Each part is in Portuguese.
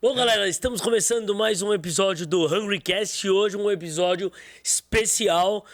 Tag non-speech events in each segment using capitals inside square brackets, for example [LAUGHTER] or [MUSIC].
Bom, galera, estamos começando mais um episódio do Hungry Cast. e Hoje um episódio especial.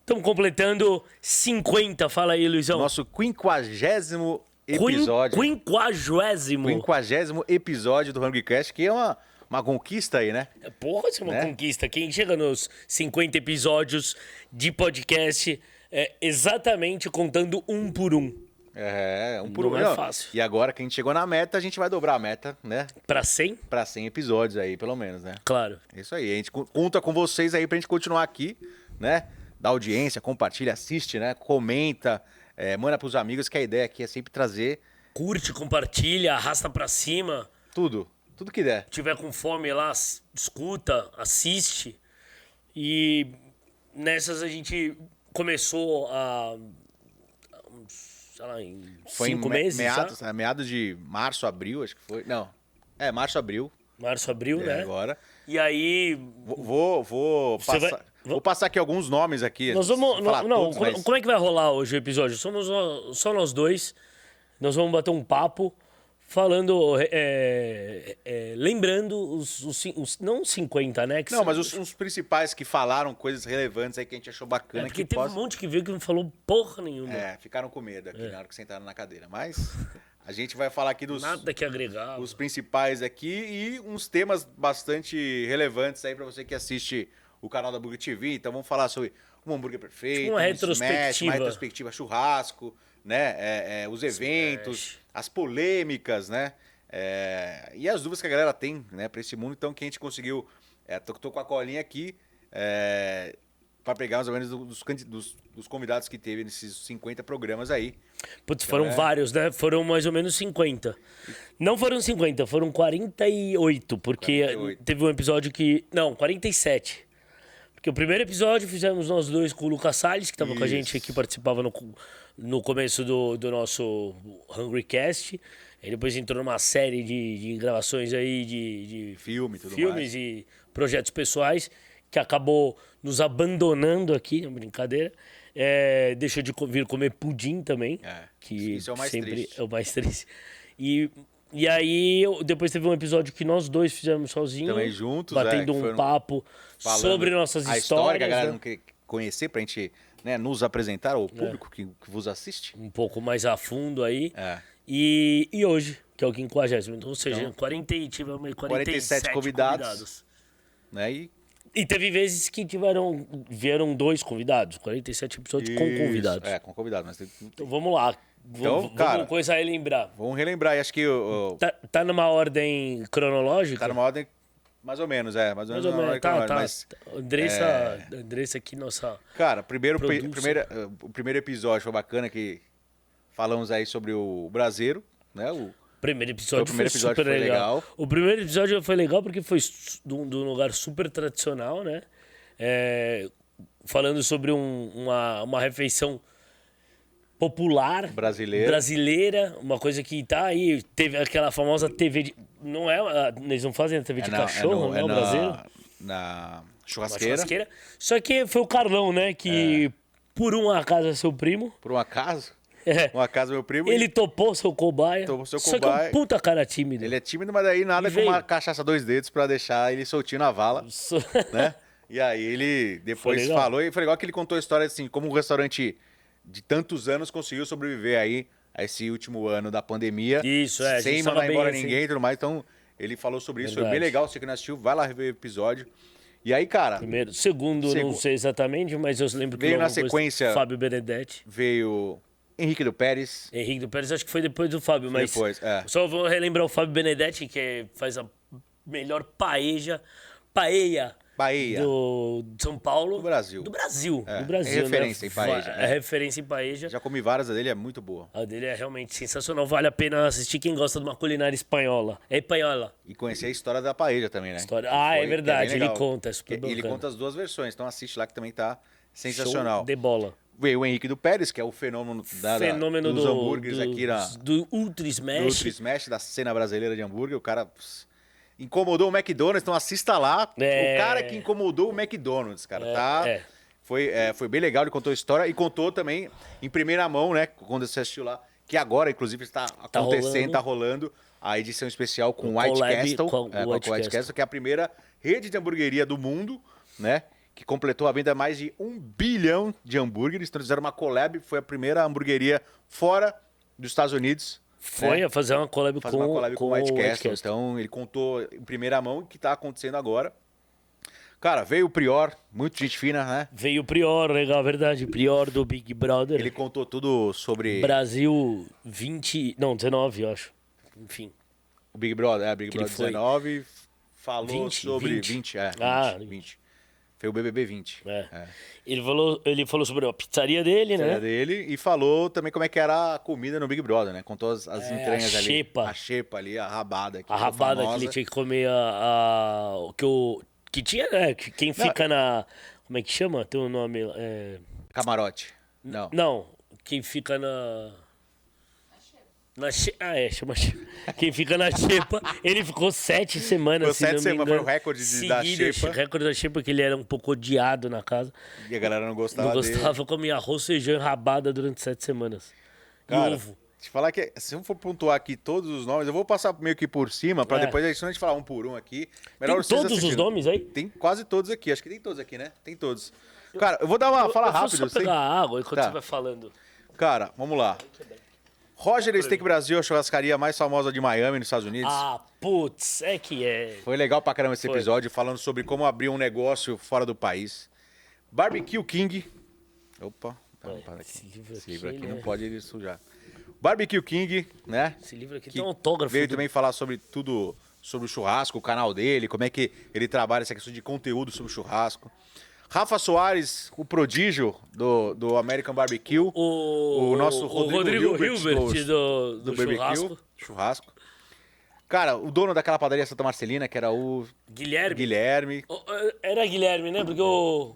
Estamos completando 50. Fala aí, Luizão. Nosso quinquagésimo Então, Quin- episódio. Quinquagésimo. Quinquagésimo episódio do HungryCast, que é uma, uma conquista aí, né? Porra, isso é uma Né? conquista. Quem chega nos 50 episódios de podcast é exatamente contando um por um. É, um por Não um. é Não. fácil. E agora que a gente chegou na meta, a gente vai dobrar a meta, né? Pra 100? Pra 100 episódios aí, pelo menos, né? Claro. É Isso aí, a gente co- conta com vocês aí pra gente continuar aqui, né? Dá audiência, compartilha, assiste, né? Comenta, é, manda pros amigos, que a ideia aqui é sempre trazer Curte, compartilha, arrasta pra cima. tudo, tudo que der. tiver com fome lá, s- escuta, assiste. E nessas a gente começou a. a uns, sei lá, em Foi cinco em me- meses. tá? meados, já? é, meados de março, abril, acho que foi. Não, é março, abril, Março, abril, é, né? agora. E aí. Vou, vou, vou Você passar. vai- Vou passar aqui alguns nomes aqui. Nós vamos. falar não, não, todos, como, mas- como é que vai rolar hoje o episódio? Somos nó- só nós dois. Nós vamos bater um papo. Falando, é, é, lembrando os, os, cin- os- não os 50, né? que Não, são- mas os, os principais que falaram coisas relevantes aí que a gente achou é bacana porque que teve possa- um monte que veio que não falou porra nenhuma. É, ficaram com medo aqui na hora que sentaram na cadeira. Mas a gente vai falar aqui dos Nada que agregar. os principais aqui e uns temas bastante relevantes aí pra você que assiste o canal da Burger TV. Então vamos falar sobre um hambúrguer perfeito, Tipo uma um smash, retrospectiva. uma retrospectiva churrasco, né? É, é, os eventos, as polêmicas, né? É, e as dúvidas que a galera tem, né, para esse mundo. Então, que a gente conseguiu. É, tô, tô com a colinha aqui. É, para pegar mais ou menos dos, candi- dos- dos convidados que teve nesses 50 programas aí. Putz, foram vários, né? Foram mais ou menos 50. Não foram 50, foram 48, porque 48. teve um episódio que. Não, 47. Porque o primeiro episódio fizemos nós dois com o Lucas Salles, que estava com a gente Isso. aqui, participava no, no começo do, do nosso HungryCast. Ele depois entrou numa série de, de gravações aí de, de Filme e tudo filmes e projetos pessoais, que acabou nos abandonando aqui, é uma brincadeira. É, deixou de co- vir comer pudim também, É, que isso é o mais sempre triste. é o mais [LAUGHS] triste. E, e aí, eu- depois teve um episódio que nós dois fizemos sozinhos. Também juntos, é, que Batendo foi um um- papo falando sobre nossas a histórias. história que a galera né? É. não quer conhecer pra gente né, nos apresentar ao público que, que vos assiste. Um pouco mais a fundo aí. É. E, e hoje, que é o 50 então, ou seja, 40, e- tivemos 47, 47 convidados. convidados. Né? E E teve vezes que tiveram, vieram dois convidados, 47 episódios com Isso, convidados. É, com convidados. Mas tem- Então vamos lá. Então, vamos, cara- vamos coisa aí lembrar. vamos relembrar. e Acho que o- o- Tá, tá numa ordem cronológica? tá numa ordem mais ou menos, é. Mais ou Mais menos. ou na menos. ordem Tá, cronológica, tá. mas, é. Andressa, Andressa aqui, nossa. cara, primeiro, pe- Produça. primeira- eh, o primeiro episódio foi bacana que falamos aí sobre o Brasileiro, né? O, Primeiro episódio, O primeiro foi episódio super foi legal. legal. O primeiro episódio foi legal porque foi su- de um de um lugar super tradicional, né? É, falando sobre um- uma, uma refeição popular Brasileira. brasileira, uma coisa que tá aí, teve aquela famosa TV de. Não é. a- Eles não fazem a TV de na- cachorro, no- não é, o na- brasileiro? Na Uma churrasqueira, churrasqueira. é Só que foi o Carlão, né? Que por um acaso é seu primo. [LAUGHS] por um acaso. É. Um acaso, meu primo. Ele topou seu cobaia. Topou seu só que é um cobaia. puta cara tímido. Ele é tímido, mas daí nada E com uma veio. cachaça dois dedos pra deixar ele soltinho [LAUGHS] na vala, Só- né? E aí ele depois legal. falou e foi legal que ele contou a história assim, como um restaurante de tantos anos conseguiu sobreviver aí a esse último ano da pandemia. Isso, é, a gente Sem tava mandar bem embora assim. ninguém e tudo mais. Então, ele falou sobre isso, foi bem Verdade. legal, você que não assistiu, vai lá ver o episódio. E aí, cara, Primeiro. Segundo, eu não Segundo. sei exatamente, mas eu lembro que Veio logo na depois, sequência- Fábio Benedetti. veio Henrique do Pérez, Henrique do Pérez, acho que foi depois do Fábio, mas. depois, é. Só vou relembrar o Fábio Benedetti, que é- faz a melhor paeja. Paeia. Bahia. Do de São Paulo. Do Brasil. Do Brasil. É, do Brasil é referência né? em paeja, Va- né? É referência em paeja. Já comi várias dele, é muito boa. A dele é realmente sensacional. Vale a pena assistir quem gosta de uma culinária espanhola. É espanhola. E conhecer a história da paella também, né? História- Que Ah, é que bem verdade, ele legal. conta, é super E ele bacana. conta as duas versões, então assiste lá que também tá sensacional. Show de bola. Veio o Henrique do Pérez, que é o fenômeno, da, da- Fenômeno dos do, hambúrgueres do, aqui na do Ultra Smash. do Ultra Smash, da cena brasileira de hambúrguer. O cara pss, incomodou o McDonald's, então assista lá. É. O cara que incomodou o McDonald's, cara, É, tá? é. Foi, é, foi bem legal, ele contou a história e contou também em primeira mão, né? Quando você assistiu lá, que agora, inclusive, está acontecendo, rolando. tá rolando a edição especial com Com White collab com Castle, é, com White a White Castle. Castle, que é a primeira rede de hamburgueria do mundo, né? Que completou a venda de mais de um bilhão de hambúrgueres. Então eles fizeram uma collab, foi a primeira hamburgueria fora dos Estados Unidos. Foi a fazer uma collab Né? Faz com, uma collab com, o White Castle. Castle. Então ele contou em primeira mão o que tá acontecendo agora. Cara, veio o Prior, muito gente fina, né? Veio o Prior, legal, é verdade. Prior do Big Brother. Ele contou tudo sobre Brasil 20. Não, 19, eu acho. Enfim. o Big Brother, é, Big Que ele Brother foi. 19, falou 20, sobre 20. 20, é, Ah, 20, 20. Foi o BBB 20. É. É. Ele, falou, ele falou sobre a pizzaria dele, Era né? dele e falou também como é que era a comida no Big Brother, né? Contou as, as É, entranhas a ali. xepa. A xepa ali, a rabada. Que A ficou rabada famosa. que ele tinha que comer, a, a- o que o. Que tinha, né? Que Quem fica na. Como é que chama? Tem um nome. É... Camarote. Não. Não, quem fica na. Na che... Ah, é, chama che- Quem fica na xepa, ele ficou sete semanas, Foi se não sete me semanas, foi o engano, recorde de- da seguidas, xepa. recorde da xepa, que ele era um pouco odiado na casa. E a galera não gostava, não dele. gostava, comia arroz, feijão e rabada durante sete semanas. e Cara, ovo. te falar que se eu for pontuar aqui todos os nomes, eu vou passar meio que por cima, pra É. depois aí, se não a gente falar um por um aqui. Tem Melhor vocês todos os assistindo. nomes aí? Tem quase todos aqui, acho que tem todos aqui, né? Tem todos. Cara, eu vou dar uma fala eu vou rápida. só Sem... pegar a água enquanto Tá. você vai falando. Cara, vamos lá. Roger Steak Brasil, a churrascaria mais famosa de Miami, nos Estados Unidos. Ah, putz, é que é. Foi legal pra caramba esse Foi. episódio, falando sobre como abrir um negócio fora do país. Barbecue King. Opa, tá, Olha, para aqui. esse livro Esse aqui, livro aqui né? não pode ele sujar. Barbecue King, né? Esse livro aqui tem um autógrafo Veio do- também falar sobre tudo, sobre o churrasco, o canal dele, como é que ele trabalha essa questão de conteúdo sobre o churrasco. Rafa Soares, o prodígio do, do American Barbecue. O, O nosso o Rodrigo Hilbert Hilbert do, do, BBQ, churrasco. churrasco. Cara, o dono daquela padaria Santa Marcelina, que era o Guilherme. Guilherme. O- Era Guilherme, né? Porque o,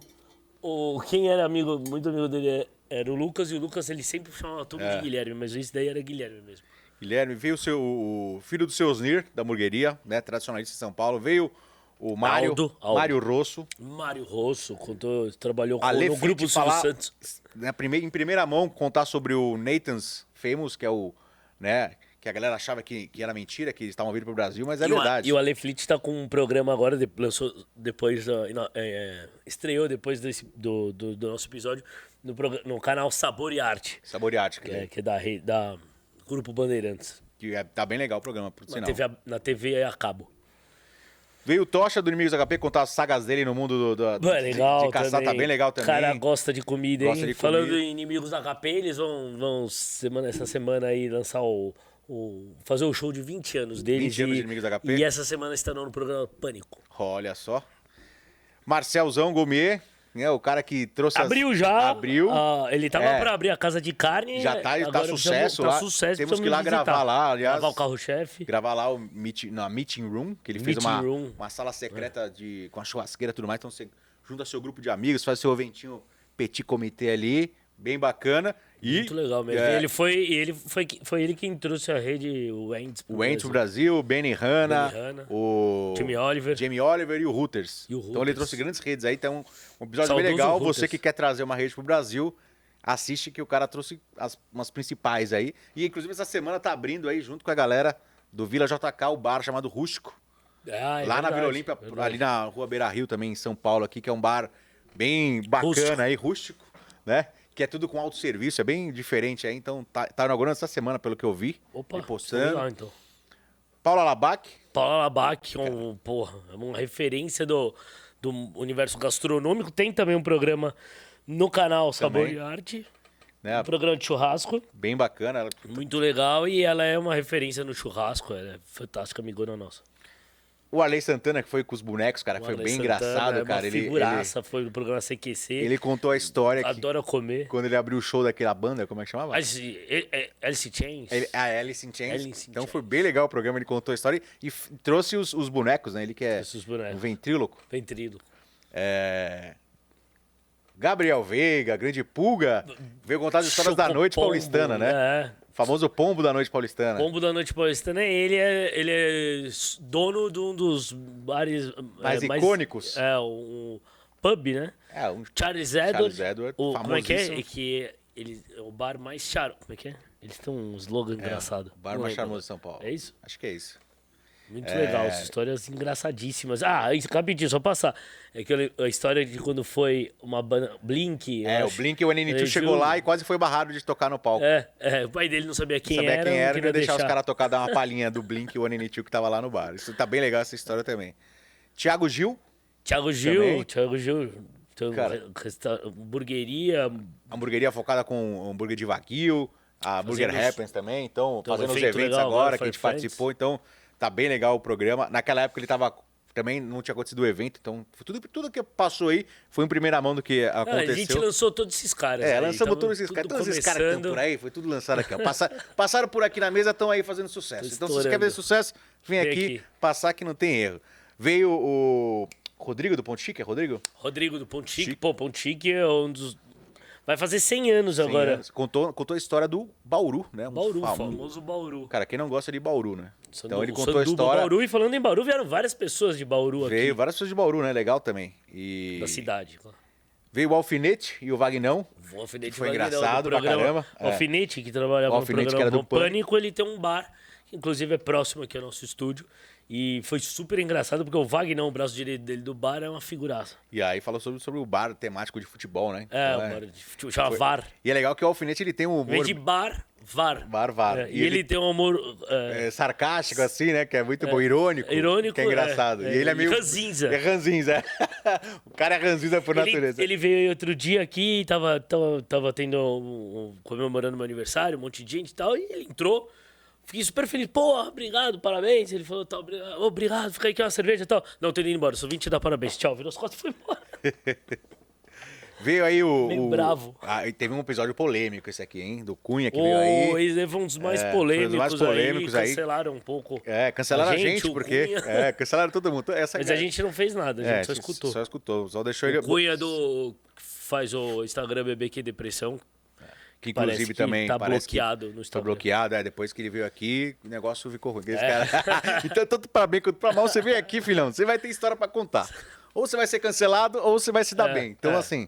o quem era amigo, muito amigo dele é, era o Lucas, e o Lucas ele sempre chamava todo É. mundo de Guilherme, mas esse daí era Guilherme mesmo. Guilherme veio o seu o filho do seu Osnir, da hamburgueria, né, tradicionalista de São Paulo. Veio o Mário, Aldo, Aldo. Mário Rosso. Mário Rosso contou, trabalhou com, Ale no Fit grupo Silvio falar, Santos. Na primeira, em primeira mão, contar sobre o Nathan's Famous, que é o, né, que a galera achava que, que era mentira, que eles estavam vindo pro Brasil, mas é e, o, verdade. e o Ale Flit tá com um programa agora, de- lançou depois, da- na- é, é, estreou depois desse- do, do- do nosso episódio no, progra- no canal Sabor e Arte, Saboreático, que é, que é da, rei- da Grupo Bandeirantes, que é- tá bem legal o programa, por na sinal. TV, a- na TV a cabo. Veio o Tocha do Inimigos HP contar as sagas dele no mundo do, do- Pô, é de- legal de, caçar, também. tá bem legal O também. cara gosta de comida, Gosta hein? de Falando comida. em inimigos da HP, eles vão, vão semana, essa semana aí lançar o, o- fazer o show de 20 anos deles. 20 anos e, de Inimigos da HP. E essa semana estarão no programa Pânico. Olha só. Marcelzão Gomier, né, o cara que trouxe as- Abriu já. Abriu. ah, ele tava É. pra abrir a casa de carne. Já tá- tá agora sucesso precisamos- lá. Tá sucesso, Temos que precisamos ir lá ir visitar. gravar lá, aliás. Gravar o carro-chefe. gravar lá o meet, na meeting room, que ele fez Meeting uma, room. É. uma sala secreta de, com a churrasqueira e tudo mais. Então você junta seu grupo de amigos, faz seu eventinho petit comitê ali, bem bacana. E, Muito legal mesmo. é, Ele, foi, ele foi, que- foi ele quem trouxe a rede, o Ents. pro o Ents Brasil. Brasil, o Benny Hanna, Benny Hanna, o Jamie Oliver. Jamie Oliver e o Hooters. E o Então ele Hooters. trouxe grandes redes aí, então um episódio Saudoso bem legal. Hooters. Você que quer trazer uma rede pro Brasil, assiste que o cara trouxe as, umas principais aí. E inclusive essa semana tá abrindo aí junto com a galera do Vila JK, o bar chamado Rústico. Ah, é lá na verdade, Vila Olímpia, verdade. ali na Rua Beira Rio também, em São Paulo, aqui, que é um bar bem bacana Rústico. aí, rústico, né? Que é tudo com alto serviço, é bem diferente aí, então tá, tá inaugurando essa semana, pelo que eu vi. Opa, e postando. legal, então. Paula Labac, Paula Labac, um, porra, é uma referência do, do universo gastronômico. Tem também um programa no canal Sabor Também. e Arte, né? um programa de churrasco, Bem bacana. ela- muito legal. E ela é uma referência no churrasco, ela é fantástica amigona nossa. O Arley Santana, que foi com os bonecos, cara, que O foi Arley bem Santana engraçado, é uma cara. Ele, ele, figuraça, foi no programa CQC, ele contou a história que adora comer. quando ele abriu o show daquela banda, como é que chamava? Alice, e- e- Alice Chains, Ele- a Alice in Chains. Alice in então Chains. foi bem legal o programa, ele contou a história e f- trouxe os, os bonecos, né? Ele que é Trouxe os bonecos. um ventríloco. ventrido. É, Gabriel Veiga, grande pulga, veio contar as histórias da noite Chocopombo, paulistana, né? É, O famoso pombo da noite paulistana. Pombo da Noite Paulistana, ele é, ele é s- dono de um dos bares é, Mais icônicos. É, um pub, né? É, um Charles Charles Edward. Edward, o, como é que é? famosíssimo. Que Ele, é o bar mais charmoso. Como é que é? Eles têm um slogan engraçado. É, Bar Não mais lembro. charmoso de São Paulo. É. É isso? Acho que é isso. Muito legal, essas histórias engraçadíssimas. Ah, isso, rapidinho, só passar. É que eu le- a história de quando foi uma banda. Blink. eu É, o acho. Blink e o NN2 Ele chegou viu- lá e quase foi barrado de tocar no palco. É, é, o pai dele não sabia quem Saber era. quem não era e queria deixar, os caras tocar, dar [LAUGHS] uma palhinha do Blink e o NN2 que tava lá no bar. Isso tá bem legal essa história também. Thiago Gil, Thiago Gil, Também. Thiago Gil. Então, Cara. resta- hamburgueria, Ah, hamburgueria focada com um hambúrguer de Wagyu, a Burger Fazendo os- Happens também, então, Então, fazendo os efeito eventos legal agora, agora, que a gente Fire Friends. participou, então tá bem legal o programa. Naquela época ele tava. Também não tinha acontecido o evento, então tudo, tudo que passou aí foi em primeira mão do que Ah, a gente aconteceu. lançou todos esses caras. É, aí, lançamos tava todos esses caras. tudo Todos esses caras que estão começando. por aí, foi tudo lançado aqui. Ó. Passa- passaram por aqui na mesa, estão aí fazendo sucesso. Tô Então, se você quer estourando. fazer sucesso, vem, Vem aqui, aqui. passar que não tem erro. Veio o Rodrigo do Ponte Chique, é Rodrigo? Rodrigo do Pontique. Pô, Pontique é um dos. Vai fazer 100 anos agora. Sim, né? Contou, contou a história do Bauru, né? Um Bauru, fam- famoso Bauru. Cara, quem não gosta de Bauru, né? então Sandu- ele contou a Sanduba, história. Bauru, e falando em Bauru, vieram várias pessoas de Bauru veio aqui várias pessoas de Bauru, né? Legal também. E da cidade. veio o Alfinete e o Vagnão. O Alfinete Foi Wagner é o do engraçado pra programa. caramba, O é. Alfinete, que O trabalhava Alfinete, no que programa era do do Pânico, ele tem um bar, que inclusive é próximo aqui ao nosso estúdio. E foi super engraçado, porque o Wagner, o braço direito dele do bar, é uma figuraça. E aí falou sobre, sobre o bar temático de futebol, né? É, Então, o bar de futebol, chama VAR. E é legal que o Alfinete ele tem um Em vez humor de bar, VAR. Bar, VAR. É, e E ele, ele- tem um amor é, é, sarcástico, assim, né? Que é muito bom, irônico. irônico. Que é engraçado. é, e ele é meio. Ranzinza. É [LAUGHS] ranzinza. o cara é ranzinza por Ele, natureza. ele veio outro dia aqui e tava, tava, tava tendo um, um- comemorando meu aniversário, um monte de gente e tal, e ele entrou. Fiquei super feliz. Pô, obrigado, parabéns. Ele falou, tal, obrigado, obrigado, fica aí que é uma cerveja e tal. Não, tô indo embora, só vim te dar parabéns. Tchau, virou as costas e foi embora. Veio aí o. Meio o- bravo. Ah, e teve um episódio polêmico esse aqui, hein? Do Cunha [LAUGHS] que veio Ô, aí. ele levou um dos mais É, foi um dos polêmicos, mais polêmicos aí. aí, cancelaram um pouco. É, cancelaram a gente, o porque. Cunha. [LAUGHS] É, cancelaram todo mundo. Essa Mas a gente não fez nada, a gente é, só escutou. Só escutou, só deixou ele. O [LAUGHS] Cunha do que faz o Instagram BBQ Depressão, Que parece inclusive que também. tá parece que bloqueado no Tá Instagram. bloqueado, é. Depois que ele veio aqui, o negócio ficou ruim. Esse cara- [LAUGHS] então, tanto pra bem quanto pra mal, você vem aqui, filhão. Você vai ter história pra contar. Ou você vai ser cancelado, ou você vai se dar É, bem. Então, é. assim.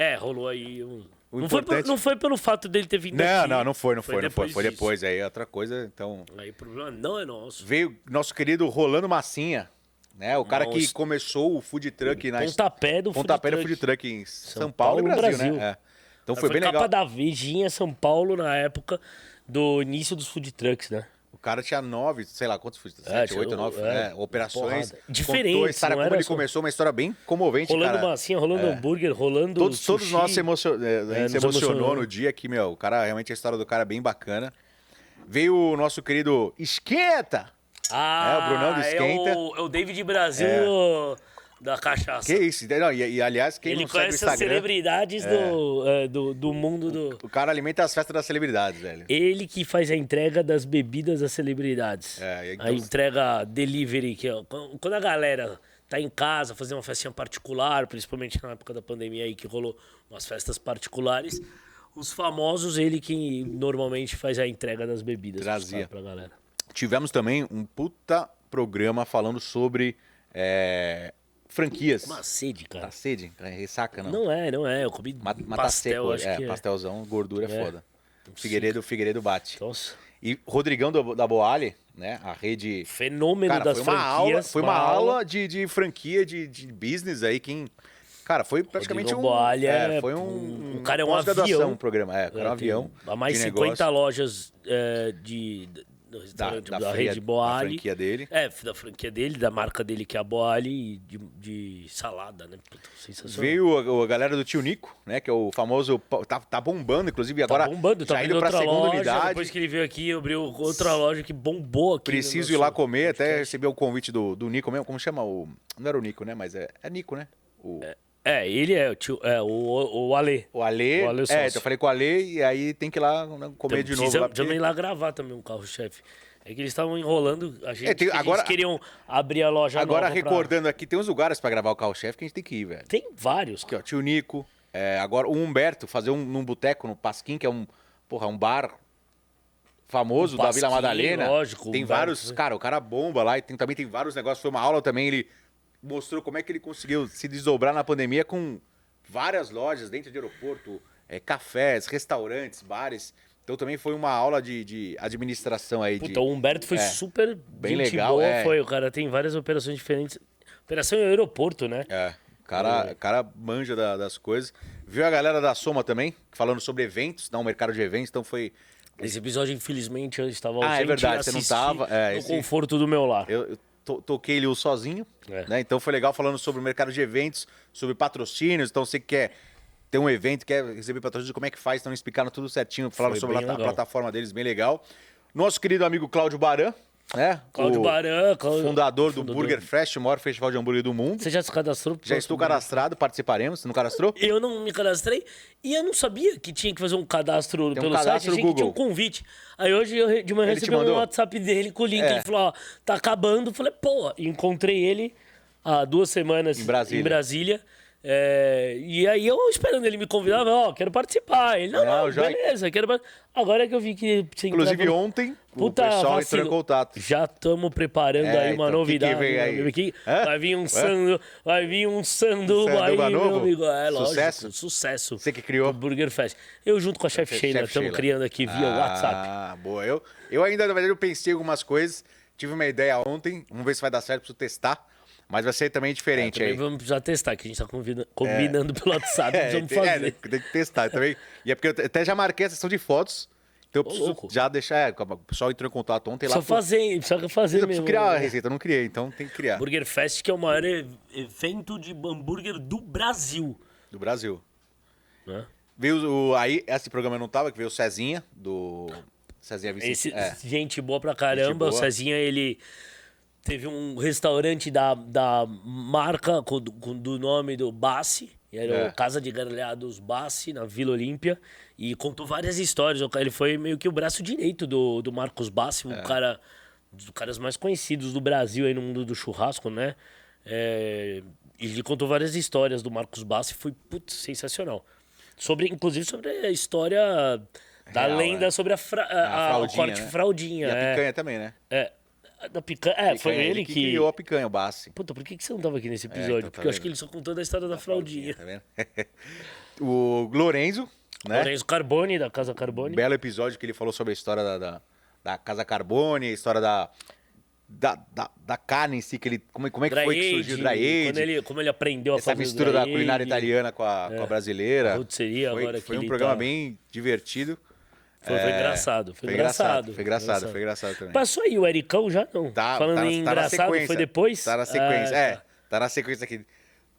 É, rolou aí um. O não, foi por- importante- não foi pelo fato dele ter vindo Não, aqui. não, não foi, não foi, não foi. Foi disso. depois. Aí é outra coisa, então. Aí o problema não é nosso. Veio nosso querido Rolando Massinha, né? O cara que Nossa. começou o food truck na Pontapé do Pontapé do food food truck. truck em São, São Paulo, e Paulo, Brasil, Brasil. né? É. Então Aí foi bem capa legal. da Virgínia São Paulo na época do início dos food trucks, né? O cara tinha nove, sei lá quantos food trucks, É, sete, tinha- oito, nove, é, né? operações. porrada. Contou a Diferentes, história não como era ele só- começou, uma história bem comovente, Rolando cara. é. massinha, rolando hambúrguer, rolando. Todos, todos sushi. nós se, emocio- é, a gente É, se nos emocionou emocionou. no dia que, meu, o cara, realmente a história do cara é bem bacana. Veio o nosso querido Esquenta! Ah, É, o Brunão do Esquenta. É. É o, é o David Brasil da cachaça. Que isso? Não, e, e, aliás, quem Ele não segue o conhece as Instagram, celebridades do, é, do, do mundo do. o cara alimenta as festas das celebridades, velho. Ele que faz a entrega das bebidas das celebridades. É, então- A entrega delivery, que é quando quando a galera tá em casa, fazer uma festinha particular, principalmente na época da pandemia aí que rolou umas festas particulares, os famosos, ele que normalmente faz a entrega das bebidas Trazia. pra galera. Tivemos também um puta programa falando sobre é, franquias. Uma sede, cara. Tá sede? É Ressaca, não? Não é, não é. Eu comi Ma- Mata pastel, seco, acho é, que é. pastelzão, gordura é É. Então. foda. Figueiredo, Figueiredo bate. Nossa, E Rodrigão do- da Boale, né? A rede. fenômeno Cara, das foi uma franquias. aula, foi uma aula de, de franquia, de, de business aí, quem. Cara, foi praticamente Rodrigão um. Boale é- foi um. o cara é um pós-graduação, avião. um programa. É, o cara é um É, tem avião. Há mais né? de 50 negócio lojas é, de, do da, restaurante da, da, fria- rede da Boali. franquia dele. É, da franquia dele, da marca dele que é a Boali e de, de salada, né? Puta, sensacional. Veio a, a galera do tio Nico, né? Que é o famoso. pa- Tá, tá bombando, inclusive, tá agora. bombando, tá já abrindo indo pra outra segunda loja. unidade. Depois que ele veio aqui, abriu outra loja que bombou aqui. no Preciso ir nosso- lá comer, até receber o convite do, do Nico mesmo. Como chama? O, não era o Nico, né? Mas é, é Nico, né? O, É, ele é o tio, é, o, o, o Ale. o Ale. O Ale é o é, sócio. então eu falei com o Ale e aí tem que ir lá né, comer de novo. Então Precisamos Lá, porque- também ir lá gravar também um carro-chefe. É que eles estavam enrolando a gente. É, tem- que agora- eles queriam abrir a loja Agora, nova pra- recordando aqui, tem uns lugares pra gravar o carro-chefe que a gente tem que ir, velho. Tem vários. Aqui, ó, tio Nico. é, agora, o Humberto, fazer um, num boteco no Pasquim, que é um, porra, um bar famoso O da Vila Um Pasquim, Madalena. lógico, Tem Humberto, vários, né? cara, o cara bomba lá e tem- também tem vários negócios. Foi uma aula também, ele mostrou como é que ele conseguiu se desdobrar na pandemia com várias lojas dentro de aeroporto, é, cafés, restaurantes, bares. Então também foi uma aula de, de administração aí. Puta, um de... o Humberto foi é, super bem gente legal, boa, é. foi. O cara tem várias operações diferentes. Operação em aeroporto, né? É, o cara, o cara manja da- das coisas. Viu a galera da Soma também, falando sobre eventos, não, o mercado de eventos, então foi. Esse episódio, infelizmente, eu estava Ah, é ausente. verdade, você não assisti tava, é, no esse- conforto do meu lar. Eu, eu to- toquei ele sozinho, É. né? Então foi legal falando sobre o mercado de eventos, sobre patrocínios. Então você que quer ter um evento, quer receber patrocínio, como é que faz? Então eles explicaram tudo certinho, falaram Foi sobre a, bem plata- legal. a plataforma deles, bem legal. Nosso querido amigo Cláudio Baran, né? Cláudio O Baran, Cláudio... Fundador do Burger Fest, o maior festival de hambúrguer do mundo. Você já se cadastrou? pro Já próximo estou Burger cadastrado, participaremos. Você não cadastrou? Eu não me cadastrei e eu não sabia que tinha que fazer um cadastro Tem um pelo site, cadastro achei no que tinha um Google. convite. Aí hoje eu re- de manhã Ele te recebi um mandou? WhatsApp dele com o link, É. ele falou, ó, tá acabando. Eu Falei, pô, e encontrei ele há duas semanas Em Brasília. em Brasília. É, e aí eu esperando ele me convidar, eu falei, ó, quero participar. Ele, não, Não, não, já- beleza, quero participar. Agora é que eu vi que... você Inclusive entrava- ontem, Puta, o pessoal vacilo. entrou em contato. Já estamos preparando É, aí uma então, que que novidade. né, vem meu aí? amigo, que Hã? vai vir um Hã? sandu, vai vir um sanduba, Sanduba aí, meu novo? amigo. É lógico, Sucesso? sucesso. Você que criou? Do Burger Fest. Eu junto com a chefe Sheila, Chefe estamos Sheila. criando aqui via ah, WhatsApp. boa. Eu, eu ainda, na verdade, eu pensei em algumas coisas. Tive uma ideia ontem. Vamos ver se vai dar certo, preciso testar. Mas vai ser também diferente É, Também aí. vamos precisar testar, que a gente está combinando pelo WhatsApp, [LAUGHS] É, vamos tem, é, fazer. tem que testar também. E é porque eu te- até já marquei a sessão de fotos. Então eu preciso louco. já deixar. É, o pessoal entrou em contato ontem Só lá. falou, fazer, hein? precisa fazer mesmo. né? "Precisa- preciso criar a receita, eu não criei, então tem que criar. Burger Fest, que é o maior e- evento de hambúrguer do Brasil. Do Brasil. né? Veio o. Aí, esse programa eu não tava, que veio o Cezinha, do. Cezinha Vicente. Esse, é. Gente boa pra caramba. boa. O Cezinha, ele teve um restaurante da, da marca com, do- com- do nome do Bassi. Era É. o Casa de Garleados Bassi, na Vila Olímpia. E contou várias histórias. O ca- Ele foi meio que o braço direito do, do Marcos Bassi, É. um cara um dos caras mais conhecidos do Brasil aí no mundo do churrasco, né? É, e ele contou várias histórias do Marcos Bassi, foi putz, sensacional. Sobre, inclusive sobre a história da Real, lenda né? sobre a, fra- A a, a, o fraldinha, corte né? fraldinha. E a é. picanha também, né? É. A Da picanha. É, foi Picanha, ele, que. criou a picanha, o Bassi. Puta, por que, que você não tava aqui nesse episódio? então tá Porque eu acho vendo. que ele só contou da história da, fraldinha. Tá vendo? [LAUGHS] o Lorenzo, né? Lourenço Carbone, da Casa Carbone. Belo episódio que ele falou sobre a história da, da, da Casa Carbone, a história da, da, da, da carne em si, que ele, como, como é que foi que surgiu o Dry quando Age, ele, como ele aprendeu a essa fazer o mistura da dry culinária aged. italiana com a, com a brasileira. Rotisserie foi É. agora que foi um ele programa tá- bem divertido. Foi, foi É, engraçado, foi, foi engraçado, engraçado, foi engraçado, foi engraçado também. Passou aí o Ericão já não? né? Tá, Falando tá, em tá na engraçado, sequência. foi depois? Tá na sequência, Ah, é. tá. Tá na sequência aqui.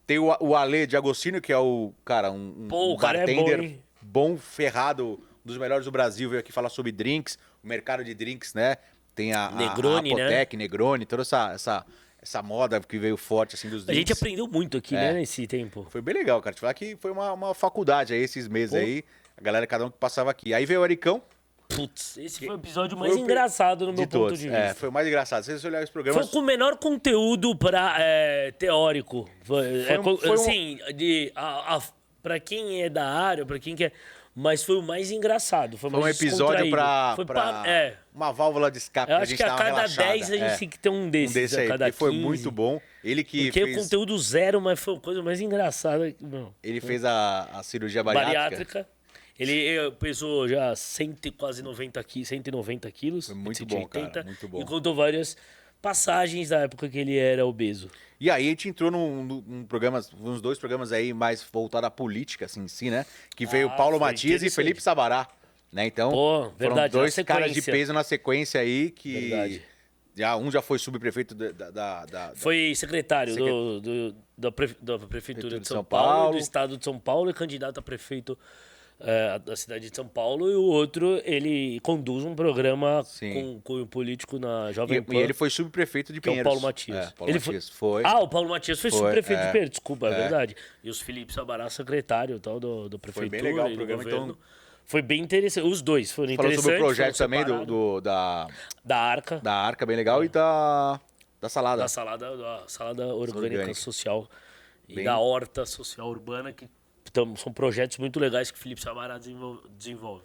Tem o, o Ale de Agostino, que é o, cara, um, um Pô, o cara é bom, hein? bom, ferrado, um dos melhores do Brasil, veio aqui falar sobre drinks, o mercado de drinks, né? Tem a, a- Negroni, a né? Apotec, Negroni, toda essa, essa, essa moda que veio forte, assim, dos A gente drinks. aprendeu muito aqui, É. né, nesse tempo. Foi bem legal, cara. Te falar que foi uma, uma faculdade aí, esses meses aí. A galera, cada um que passava aqui. Aí veio o Ericão. Putz, esse foi o episódio mais Foi o- engraçado no meu de ponto todos. de vista. É, foi o mais engraçado. Se você olhar os Foi programas... com o menor conteúdo pra, é, teórico. Foi, Foi é, um- co- foi um- assim, de, a, a- pra quem é da área, pra quem quer. Mas foi o mais engraçado. Foi, Foi um mais episódio descontraído. pra, Foi pra É. uma válvula de escape. Eu pra acho gente que a dar uma cada relaxada. 10 a gente É, tem que ter um um desses. desse a aí. cada porque foi 15. muito bom. Ele que Porque fez, o conteúdo zero, mas foi a coisa mais engraçada. Não. ele fez a, a cirurgia bariátrica. Bariátrica. Ele eh, pesou já 100, e quase 90 qui 190 quilos. Foi muito bom, cara, muito bom. E contou várias passagens da época que ele era obeso. E aí a gente entrou num, num- num programa, uns dois programas aí mais voltados à política, assim, em si, né? Que veio Ah, Paulo foi Matias e interessante. Felipe Sabará. Né? Então, Pô, foram verdade, na dois caras de sequência. peso na sequência aí que. Verdade. Já, um já foi subprefeito da- da- da- da, Foi secretário do, do- da, pre- da Prefeitura de São, Paulo, do Estado de São Paulo, e candidato a prefeito eh, da cidade de São Paulo. E o outro, ele conduz um programa com, Sim. com o político na Jovem E, Pan. e ele foi subprefeito de Que é o Pinheiros. Paulo Matias. É, Paulo Ele Matias foi. Ah, o Paulo Matias foi, Foi, subprefeito é. de Pinheiros, desculpa, é, É. verdade. E os Felipe Sabará, secretário e tal do, do Foi prefeitura bem legal o e do programa, governo. então- Foi bem interessante. Os dois foram Falou interessantes. sobre o projeto foram também do, separados. do- da, Da Arca, da, da arca, bem legal, e da, da salada. salada, da salada orgânica Orgânica. social e Bem- da horta social urbana, que tam- são projetos muito legais que o Felipe Sabará desenvol- desenvolve.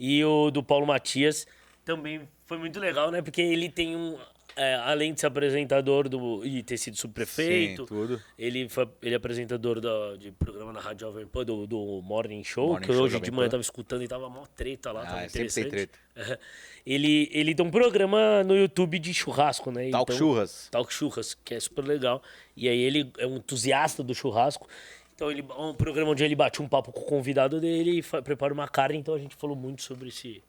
E o do Paulo Matias também foi muito legal, né? Porque ele tem um... é, além de ser apresentador do, e ter sido subprefeito, Sim, tudo. ele foi ele é apresentador da- de programa na Rádio Jovem Pan, do, do Morning Show, Morning que Show, hoje Jovem de manhã Pan. eu tava escutando e tava mó treta lá, Ah, tava sempre tem interessante. treta. É. Ele, ele tem um programa no YouTube de churrasco, né? Talk Churras. Talk Churras, que é super legal. E aí ele é um entusiasta do churrasco. Então ele é um programa onde ele bate um papo com o convidado dele e fa- prepara uma carne. Então a gente falou muito sobre esse...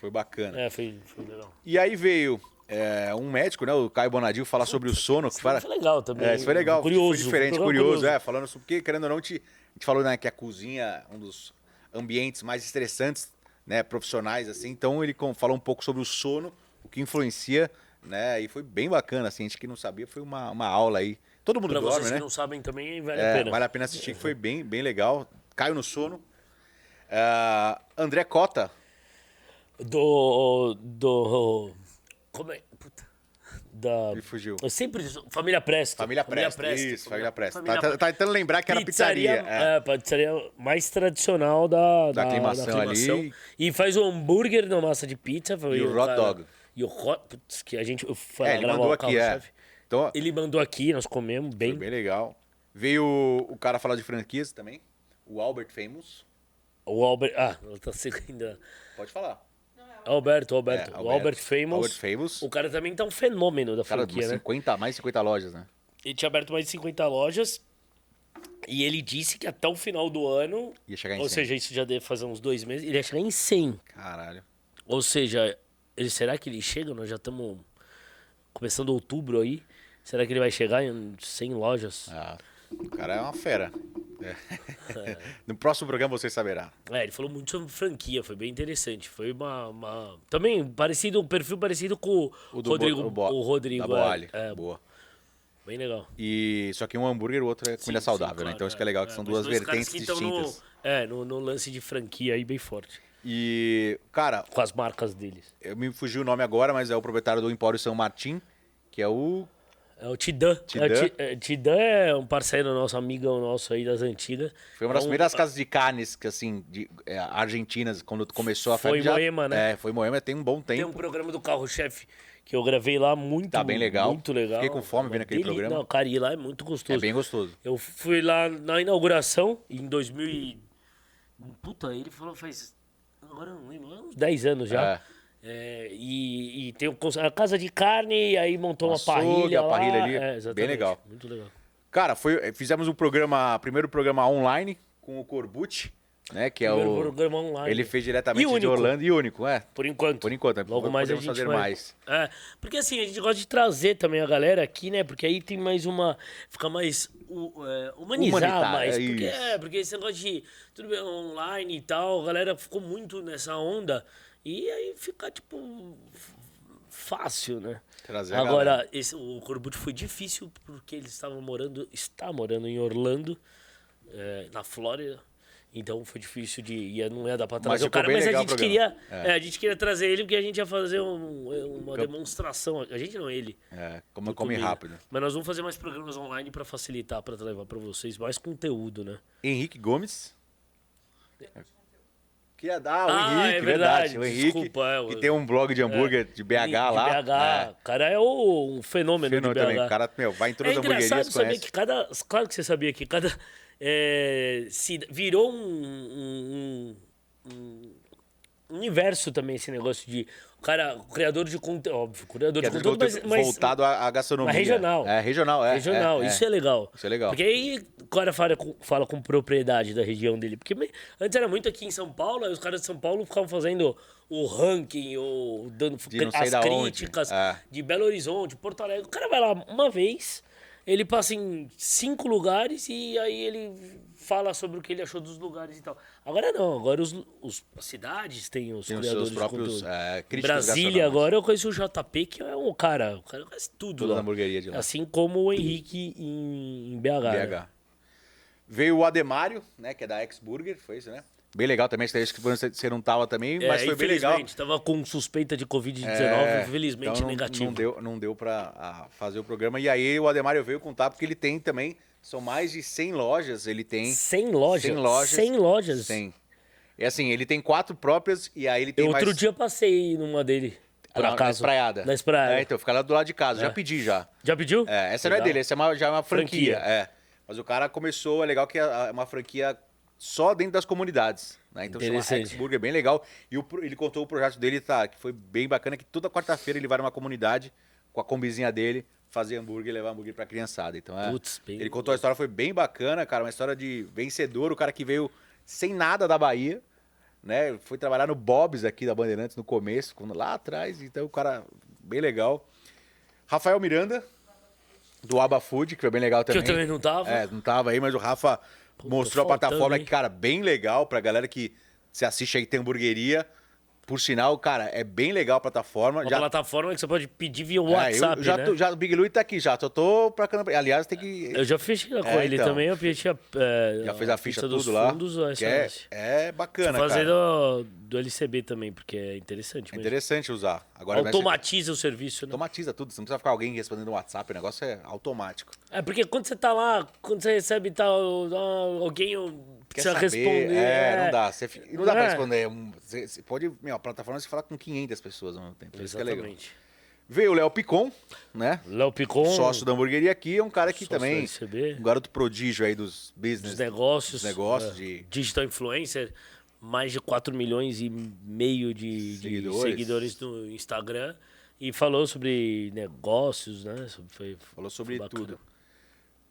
Foi bacana. É, foi, foi legal. E aí veio é, um médico, né? O Caio Bonadil, falar sobre o sono. Que Foi legal também. É, isso foi legal. Curioso, Foi diferente, programa curioso, curioso. É, falando sobre, porque querendo ou não, te, a gente falou né, que a cozinha é um dos ambientes mais estressantes, né, profissionais, assim. Então ele com- falou um pouco sobre o sono, o que influencia, né, e foi bem bacana, assim. A gente que não sabia, foi uma, uma aula aí. Todo mundo Pra dorme, vocês né? que não sabem também, vale É, a pena. vale a pena assistir, que foi bem, bem legal. Caiu no sono. Ah, André Cota, Do. Do. Como é? Puta. Da. ele fugiu. Eu sempre. Família Presto. Família Presta, isso, Família Presta. Tá, tá- Presta. tá tentando lembrar que era pizzaria. é. É. pizzaria mais tradicional da, da, aclimação ali. E faz o hambúrguer na massa de pizza. foi E o hot cara- dog. E o hot. Putz, que a gente. Eu fui É, lá ele gravar mandou o aqui, é. carro-chefe. Então, Ele mandou aqui, nós comemos Foi bem. bem legal. Veio o, o cara falar de franquias também, o Albert Famous. O Albert. Ah, ela tá seco ainda. Pode falar. Alberto, Alberto. É, o Albert Famous. Albert Famous. O cara também tá um fenômeno da Cara, franquia, umas né? 50, mais de 50 lojas, né? Ele tinha aberto mais de 50 lojas. E ele disse que até o final do ano. Ia chegar em Ou 100. seja, isso já deve fazer uns dois meses. Ele ia chegar em 100. Caralho. Ou seja, ele, será que ele chega? Nós já estamos começando outubro aí. Será que ele vai chegar em 100 lojas? Ah, o cara é [LAUGHS] uma fera. É. no próximo programa você saberá. É, ele falou muito sobre franquia, foi bem interessante. Foi uma. uma- Também parecido, um perfil parecido com o do Rodrigo. Bo- Bo- o Rodrigo. Da é. Boali. É, Boa. bem legal. E, só que um é hambúrguer, o outro é comida Sim, saudável, sim, né? claro, Então isso que é legal, que são mas duas dois caras vertentes que tão distintas. No, é, no, no lance de franquia aí bem forte. E, cara, Com as marcas deles. eu me fugiu o nome agora, mas é o proprietário do Empório São Martim, que é o É o Tidã. É, Tidã? o Ti- é, Tidã é um parceiro nosso, amigão nosso aí das antigas. Foi uma É das um- primeiras casas de carnes, que assim, de, é, argentinas, quando começou a Foi febre já- Moema, né? É, foi Moema, tem um bom Tem tempo. um programa do Carro-Chefe que eu gravei lá, muito Tá bem legal. Muito legal. Fiquei com fome vendo aquele Deli- programa. Não, cara, ir lá é muito gostoso. É bem gostoso. Eu fui lá na inauguração em 2000 e... Puta, ele falou faz... Agora eu não lembro, uns 10 anos já. É, e, e tem o cons- a casa de carne, e aí montou Um uma açougue, parrilha a lá. parrilha ali, É, bem exatamente, legal. É Muito legal. Cara, foi, fizemos um programa, primeiro programa online com o Corbucci, né? Que é Primeiro o. programa online. Ele E fez diretamente de único. Orlando e único, é. Por enquanto. Por enquanto, né? Logo mais a Podemos gente fazer vai- mais. É, porque assim, a gente gosta de trazer também a galera aqui, né? Porque aí tem mais uma... Fica mais... u- é, humanizar Humanitário, mais. é Porque, isso. é, porque esse negócio de... Tudo bem, online e tal. A galera ficou muito nessa onda. E aí fica, tipo... f- Fácil, né? Trazer a Agora, galera. esse, o Corbucci foi difícil porque ele estava morando... Está morando em Orlando, é, na Flórida. Então foi difícil de... E não ia dar pra trazer o ficou cara. bem Mas a legal o gente programa. queria... É, a gente queria trazer ele porque a gente ia fazer um- uma demonstração. A gente não, ele. É, como do come comida. rápido. Mas nós vamos fazer mais programas online pra facilitar, pra levar pra vocês mais conteúdo, né? Henrique Gomes. Que ia dar, o Ah, Henrique, é verdade. verdade, O Henrique, desculpa, é, que o- tem um blog de hambúrguer de BH lá. né, De BH. O cara é o, um É, fenômeno, fenômeno de BH. também. O cara, meu, vai em todas é as hamburguerias, engraçado saber conhece. que cada. Claro que você sabia que cada. é, cida- virou um, um- um- um universo também esse negócio de. O cara, o criador de conteúdo. Óbvio, criador Que é de conteúdo, mas, conteúdo mas- voltado à, à gastronomia. Mas regional. É, regional, é. Regional, isso é, legal. Isso é legal. Porque aí o cara fala com, fala com propriedade da região dele. Porque me- antes era muito aqui em São Paulo, aí os caras de São Paulo ficavam fazendo o ranking, ou dando De não sei as da onde. críticas É. de Belo Horizonte, Porto Alegre. O cara vai lá uma vez, ele passa em cinco lugares e aí ele fala sobre o que ele achou dos lugares e tal. Agora não, agora os, os- as cidades têm os Tem os criadores seus próprios, de conteúdo. é, críticos Brasília gastronômicos. agora eu conheço o JP, que é um cara, o cara conhece tudo Toda lá. a hamburgueria de lá. Assim como o Henrique em, em BH. BH. né? Veio o Ademário, né, que é da Ex-Burger, foi isso, né? Bem legal também, esse daí acho que você você não tava também, mas É, foi bem legal. infelizmente, tava com suspeita de Covid-19, É, infelizmente então não, negativo. Não deu, não deu pra ah, fazer o programa. E aí o Ademário veio contar, porque ele tem também, são mais de 100 lojas, ele tem. 100 lojas. 100 lojas. 100 lojas. É 100. E assim, ele tem quatro próprias e aí ele tem mais... Ah, Outro dia eu passei numa dele. por na, acaso. Na espraiada. Na espraiada. É. É, então, fica lá do lado de casa. Já pedi já. Já pediu? É, essa não é Legal. dele, essa é uma, já é uma franquia. Tá Franquia. É. Mas o cara começou, é legal que é uma franquia só dentro das comunidades. Né? Então chama Interessante. Hexburger, bem legal. E o pro- ele contou o projeto dele, tá, que foi bem bacana, que toda quarta-feira ele vai numa comunidade com a combizinha dele, fazer hambúrguer e levar hambúrguer pra criançada. Então é. Putz, bem- Ele contou a história, foi bem bacana, cara. Uma história de vencedor, o cara que veio sem nada da Bahia. Né, foi trabalhar no Bob's aqui da Bandeirantes no começo, quando- lá atrás, então o cara bem legal. Rafael Miranda, do Aba Food, que foi bem legal Que também. eu também não tava. É, não tava aí, mas o Rafa Pô, mostrou tô a plataforma faltando, que, hein? cara, bem legal pra galera que se assiste aí que tem hamburgueria. Por sinal, cara, é bem legal a plataforma. Uma plataforma que você pode pedir via É, eu- WhatsApp, já, né? tô- já, o Big Louie tá aqui já, só tô pra Cana- Aliás, tem que. Eu já fiz com É, ele então. também, eu fiz a, é, já fez a ficha dos tudo lá. fundos, é, que é, excelente. é bacana, cara. Fazer do, do LCB também, porque é interessante. É mesmo. interessante usar. Agora vai ser- Automatiza o serviço, né? Automatiza tudo, você não precisa ficar alguém respondendo no WhatsApp, o negócio é automático. É porque quando você tá lá, quando você recebe tal, ah, alguém Quer precisa saber? responder. É, não dá. Você fi- não dá pra É. responder. Um- Você, você pode. Meu, a plataforma você fala com 500 pessoas ao mesmo tempo. Isso que é legal. Exatamente. Veio o Léo Picon, né? Léo Picon, Sócio da hamburgueria aqui. É um cara que Sócio da também. LCB. Um garoto prodígio aí dos dos business. negócios. dos negócios, é, de- Digital influencer, mais de 4 milhões e meio de de seguidores, Seguidores. no Instagram. E falou sobre negócios, né? Sobre- Foi, Falou sobre foi bacana. tudo.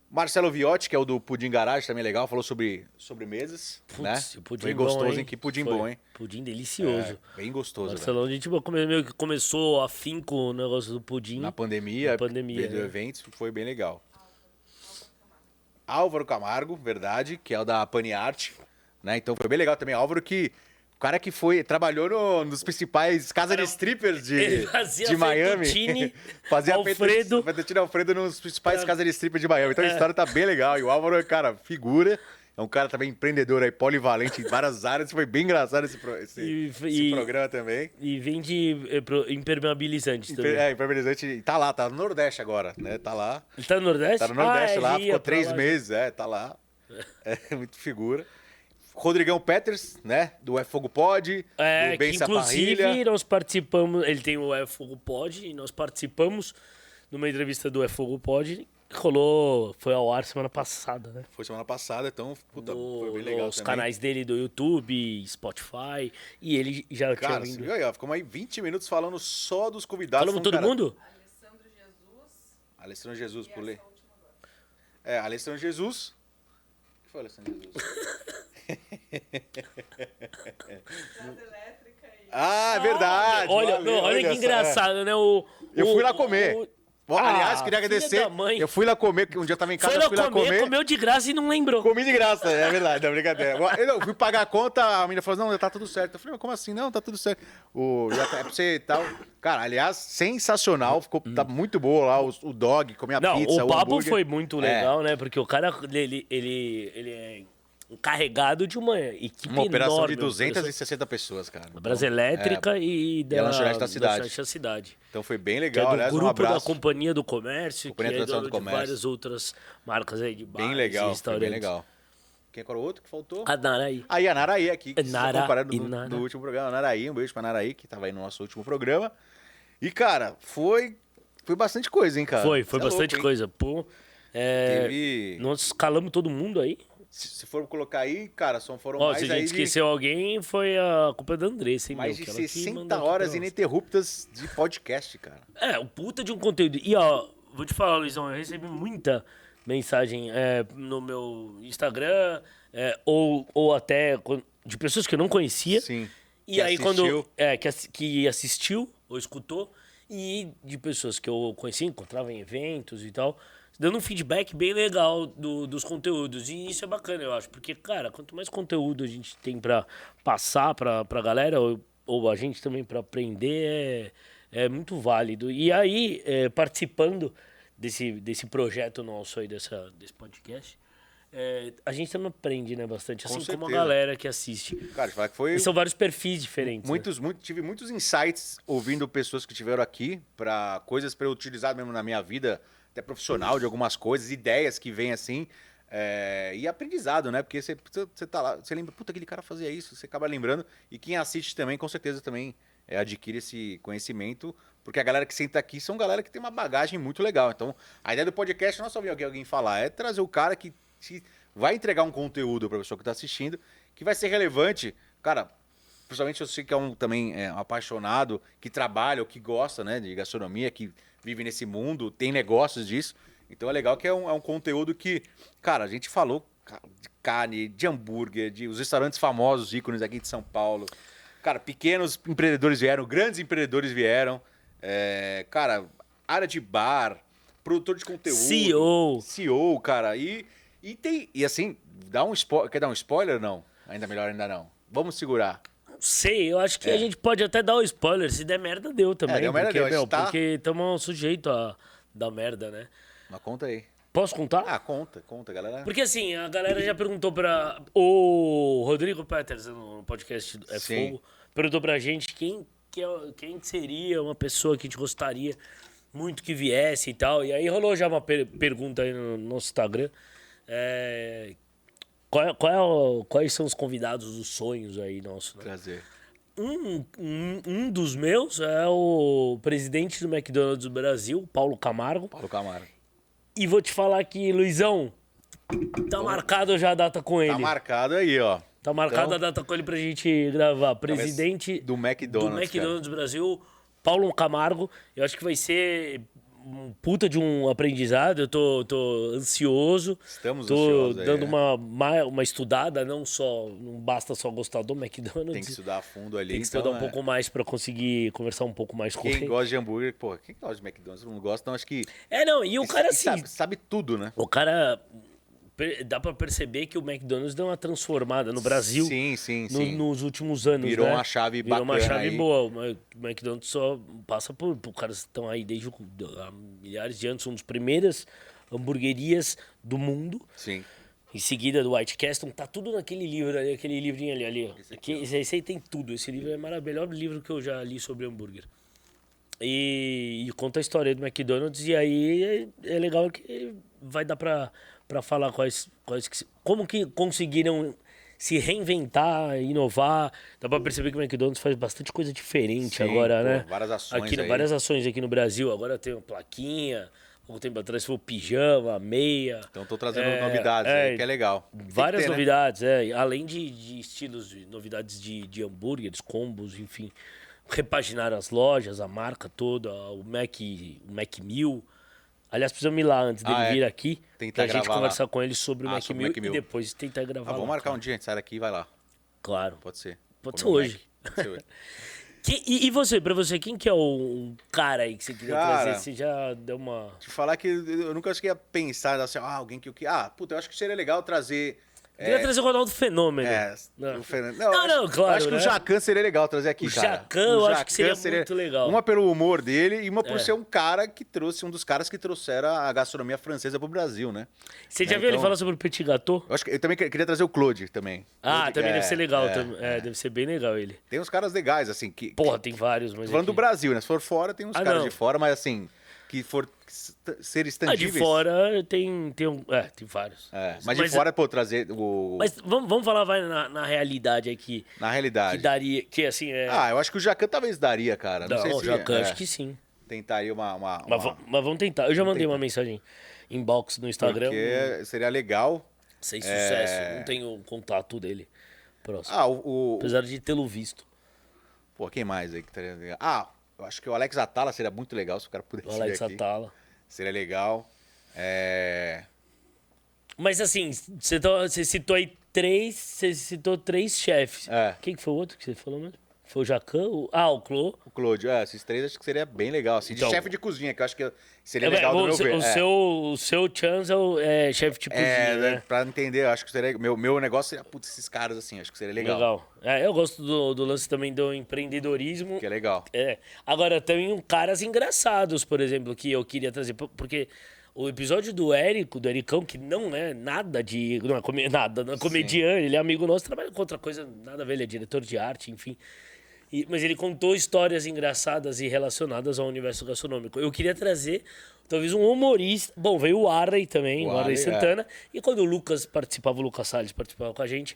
Marcelo Viotti, que é o do Pudim Garage, também legal, falou sobre sobremesas. Putz, né? o pudim Foi bom, gostoso, hein? Que pudim Foi. bom, hein? Pudim delicioso. É, bem gostoso. velho. Marcelão, a gente tipo, come- meio que começou a fim com o negócio do pudim. Na pandemia, Na pandemia, veio do né? eventos, foi bem legal. Álvaro Camargo, verdade, que é o da Pani Arte, né? Então foi bem legal também. Álvaro que o cara que foi, trabalhou no, nos principais casas de strippers de, um ele fazia de Miami. fettuccine, [LAUGHS] fazia Alfredo. É. Fettuccine Alfredo nos principais Pra- casas de strippers de Miami. Então a história tá bem legal. E o Álvaro, cara, figura. É um cara também empreendedor aí, polivalente em várias áreas. Foi bem engraçado esse, pro- esse- E- esse e- programa também. E vende eh, pro- impermeabilizantes Imper- também. É, impermeabilizante. Tá lá, tá no Nordeste agora, né? Tá lá. Ele tá no Nordeste? Tá no Nordeste Ah, lá, ele ia pra ficou três lá. meses, é, tá lá. [LAUGHS] É, [LAUGHS] muito figura. Rodrigão Peters, né? Do É Fogo Pod, É, do que Bem inclusive Saparrilha. nós participamos, ele tem o É Fogo Pod, e nós participamos numa entrevista do É Fogo Pod, que rolou, foi ao ar semana passada, né? Foi semana passada, então, puta, No, foi bem legal nos também. canais dele do YouTube, Spotify, e ele já Cara, tinha você vindo. viu aí, ó, ficamos aí 20 minutos falando só dos convidados. Falamos Falando, todo cara, mundo? Alessandro Jesus. Alessandro Jesus, por ler. É, Alessandro Jesus. O que foi Alessandro [LAUGHS] Jesus? [LAUGHS] Casa elétrica e. Ah, é verdade. Olha, valeu, não, olha que essa, é. engraçado, né? O, Eu o- fui lá comer. o- Bom, Aliás, Ah, queria filha agradecer. da mãe. Eu fui lá comer, que um dia eu tava em casa, Foi eu lá fui comer, lá comer. comeu de graça e não lembrou. Comi de graça, é verdade, não, brincadeira. Bom, Eu não, fui pagar a conta, a menina falou, não, tá tudo certo. Eu falei, mas como assim? Não, tá tudo certo. O, já tá- é pra você e tal. Cara, aliás, sensacional, ficou, tá muito boa lá, o, o dog, comer a Hum. Não, pizza, o papo hambúrguer. foi muito É, legal, né? Porque o cara, ele, ele, ele é encarregado de uma equipe uma operação enorme. de 260 pessoas, cara. da Brasa Elétrica e da e a lanchonete da cidade. lanchonete da cidade. Então foi bem Que é legal, do aliás, um grupo da abraço. Companhia do Comércio, Companhia que é Internacional dono do de Comércio. várias outras marcas aí de bares Bem e legal, foi restaurantes. bem legal. Quem é que era o outro que faltou? A Naraí. Aí a Naraí aqui, que É Nara- Nara, comparando e no, Nara. no último programa. Naraí, um beijo pra Naraí, que tava aí no nosso último programa. E, cara, foi, foi bastante coisa, hein, cara? Foi, foi Cê é bastante louco, hein? coisa. Pô, é, Teve- Nós escalamos todo mundo aí. Se, se for colocar aí, cara, só foram Ó, mais se a aí gente de, esqueceu alguém, foi a culpa da Andressa, hein, mais meu? de que ela que mandou 60 aqui pra horas nós. ininterruptas de podcast, cara. É, o puta de um conteúdo. E ó, vou te falar, Luizão, eu recebi muita mensagem é, no meu Instagram, é, ou, ou até quan- de pessoas que eu não conhecia. Sim. E Que aí assistiu. quando. É, que, assi- que assistiu ou escutou, e de pessoas que eu conhecia, encontrava em eventos e tal. Dando um feedback bem legal do- dos conteúdos. E isso é bacana, eu acho. Porque, cara, quanto mais conteúdo a gente tem pra passar pra, pra galera, ou, ou a gente também pra aprender, é, é muito válido. E aí, é, participando desse, desse projeto nosso aí, dessa, desse podcast, é, a gente também aprende, né, bastante. Com Assim como a certeza. galera que assiste. Cara, falar que foi E são vários perfis diferentes. né? muitos, muito, tive muitos insights ouvindo pessoas que tiveram aqui pra coisas pra eu utilizar mesmo na minha vida, até profissional de algumas coisas, ideias que vêm assim. é, e aprendizado, né? Porque você, você você tá lá, você lembra, puta, aquele cara fazia isso, você acaba lembrando. E quem assiste também, com certeza, também é, adquira esse conhecimento, porque a galera que senta aqui são galera que tem uma bagagem muito legal. Então, a ideia do podcast não é só vir alguém- alguém falar, é trazer o cara que se- vai entregar um conteúdo para a pessoa que está assistindo, que vai ser relevante. Cara, principalmente eu sei que é um também é, um apaixonado, que trabalha ou que gosta né, de gastronomia, que vive nesse mundo, tem negócios disso. Então é legal que é um, é um conteúdo que, cara, a gente falou ca- de carne, de hambúrguer, de os restaurantes famosos, ícones aqui de São Paulo. Cara, pequenos empreendedores vieram, grandes empreendedores vieram. É, cara, área de bar, produtor de conteúdo. CEO. CEO, cara. E, e tem. E assim, dá um spoiler. Quer dar um spoiler? Não. Ainda melhor, ainda não. Vamos segurar. Não sei, eu acho que a gente pode até dar o spoiler. Se der merda, deu também. É, deu merda, porque, deu, a gente meu, tá- Porque estamos sujeitos a dar merda, né? Mas conta aí. Posso contar? Ah, conta, conta, galera. Porque assim, a galera já perguntou pra. O Rodrigo Peters, no podcast É Sim. Fogo, perguntou pra gente quem, que é- quem que seria uma pessoa que a gente gostaria muito que viesse e tal. E aí rolou já uma per- pergunta aí no nosso Instagram. É, qual é- qual é o- quais são os convidados dos sonhos aí nosso? né? Prazer. Um, um, um dos meus é o presidente do McDonald's do Brasil, Paulo Camargo. Paulo Camargo. E vou te falar que, Luizão, tá marcado já a data com ele. Tá marcado aí, ó. Tá marcada a Então, data com ele pra gente gravar. Presidente Tá, do McDonald's, do McDonald's Brasil, Paulo Camargo. Eu acho que vai ser um puta de um aprendizado. Eu tô, tô ansioso. Estamos tô ansiosos aí, dando é. uma, ma- uma estudada, não só. Não basta só gostar do McDonald's. Tem que estudar a fundo ali. Tem que então, estudar um é. pouco mais pra conseguir conversar um pouco mais com Quem ele. gosta de hambúrguer, pô, quem gosta de McDonald's? Todo mundo gosta, então acho que. É, não, e o cara e assim. Sabe, sabe tudo, né? O cara. per- Dá pra perceber que o McDonald's deu uma transformada no Brasil. Sim, sim, no- sim. nos últimos anos. Virou né? uma chave Virou uma bacana chave aí. boa. O Ma- McDonald's só passa por. por caras que estão aí desde o- há milhares de anos, são das primeiras hamburguerias do mundo. Sim. Em seguida do White Castle, tá tudo naquele livro ali, aquele livrinho ali. ali. ó. Que- Esse, esse aí tem tudo. Esse livro é maravilhoso. melhor livro que eu já li sobre hambúrguer. E, e conta a história do McDonald's. E aí é, é legal que vai dar pra, pra falar quais, quais que se- como que conseguiram se reinventar, inovar. Dá pra perceber que o McDonald's faz bastante coisa diferente Sim, agora, pô, né? várias ações Aqui, no- aí. Várias ações aqui no Brasil. Agora tem uma plaquinha. Pouco tempo atrás foi o pijama, meia. Então tô trazendo É, novidades é, aí, que é legal. Tem que Várias ter, né? novidades, é. Além de, de estilos, de novidades de, de hambúrgueres, combos, enfim. Repaginar as lojas, a marca toda, o Mac, o Mac Mill. Aliás, precisamos ir lá antes dele Ah, é. vir aqui. pra Tentar gente gravar lá. conversar com ele sobre o Ah, Mac sobre o Mill Mac e Mill. depois tentar gravar Ah, vamos lá, marcar um cara. dia, a gente sai daqui e vai lá. Claro. Pode ser. Pode ser Comer um hoje. Mac. Pode ser hoje. Que- e, e você, pra você, quem que é o cara aí que você queria Cara. trazer? Você já deu uma... Te falar que eu nunca cheguei a pensar assim, ah, alguém que eu que. Ah, puta, eu acho que seria legal trazer. Queria trazer o Ronaldo Fenômeno. É, Não. o Fernando. Não, acho- não, claro, Acho que né? o Jacan seria legal trazer aqui, O cara. Jacan, eu acho que seria muito legal. Uma pelo humor dele e uma por É. ser um cara que trouxe, um dos caras que trouxeram a gastronomia francesa pro Brasil, né? Você já É, viu ele então- falar sobre o Petit Gâteau? Eu, acho que, eu também que- queria trazer o Claude também. Ah, Claude, também é, deve ser legal. é. tam- é, deve ser bem legal ele. Tem uns caras legais, assim, que. Porra, que- tem vários, mas. é falando do aqui- Brasil, né? Se for fora, tem uns Ah, caras não. de fora, mas assim, que for ser Ah, de estandíveis. fora tem, tem um. É, tem vários. É, mas, de fora, pô, trazer o. Mas vamos, vamos falar vai, na, na realidade aqui. na Que realidade. daria. Que assim é. Ah, eu acho que o Jacan talvez daria, cara. Não, não, sei se. Jacan, é, acho que sim. Tentar aí uma. uma, Mas, uma- va- mas vamos tentar. Eu já mandei uma tentar. mensagem inbox no Instagram. Porque seria legal. Sem é- sucesso. Não tenho o contato dele. Próximo. Ah, o. o- Apesar de tê-lo visto. Pô, quem mais aí que teria legal? Ah, eu acho que o Alex Atala seria muito legal se o cara pudesse. O Alex vir aqui. Atala. Seria legal. É. Mas assim, você to- você citou aí três. Você citou três chefes. É. Quem que foi o outro que você falou mesmo? Foi o Jacan? O... Ah, o Clô. O Claudio, é, esses três acho que seria bem legal. Assim, de Então- chefe de cozinha, que eu acho que seria É, legal o, do meu se- ver. o é. seu, o seu chance é, o- é chefe de cozinha, É, né? pra entender, eu acho que seria. Meu, meu negócio seria, putz, esses caras assim, acho que seria legal. Legal. É, eu gosto do, do lance também do empreendedorismo. Que é legal. É. Agora, tem um caras engraçados, por exemplo, que eu queria trazer. por- Porque o episódio do Érico, do Ericão, que não é nada de. Não é come- nada, não é comediante, ele é amigo nosso, trabalha com outra coisa, nada a ver, ele é diretor de arte, enfim. E- mas ele contou histórias engraçadas e relacionadas ao universo gastronômico. Eu queria trazer, talvez, um humorista. Bom, veio o Arley também, O o Arley Arley, é. Santana. E quando o Lucas participava, o Lucas Salles participava com a gente,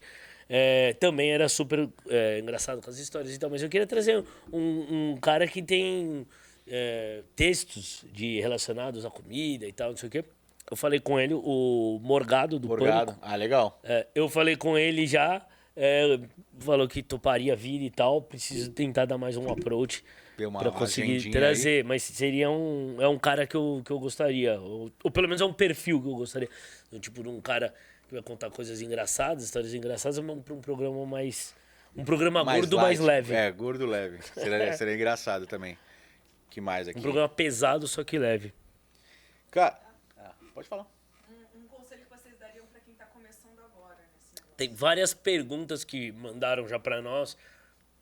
é, também era super é, engraçado com as histórias e tal. Mas eu queria trazer um, um cara que tem é, textos de, relacionados à comida e tal, não sei o quê. Eu falei com ele, o Morgado do Pânico. Morgado. Ah, legal. É, eu falei com ele já, é, falou que toparia vir e tal. Preciso tentar dar mais um approach Deu uma pra conseguir agendinha trazer. Mas seria um, é um cara que eu, que eu gostaria, ou, ou pelo menos é um perfil que eu gostaria. Do Tipo, de um cara que vai contar coisas engraçadas, histórias engraçadas, mas pra um programa mais. Um programa gordo mais light. leve. É, gordo leve. Seria, seria engraçado também. Que mais aqui? Um programa pesado, só que leve. Cara, ah, pode falar. Um, um conselho que vocês dariam pra quem tá começando agora Assim, nesse negócio. Tem várias perguntas que mandaram já pra nós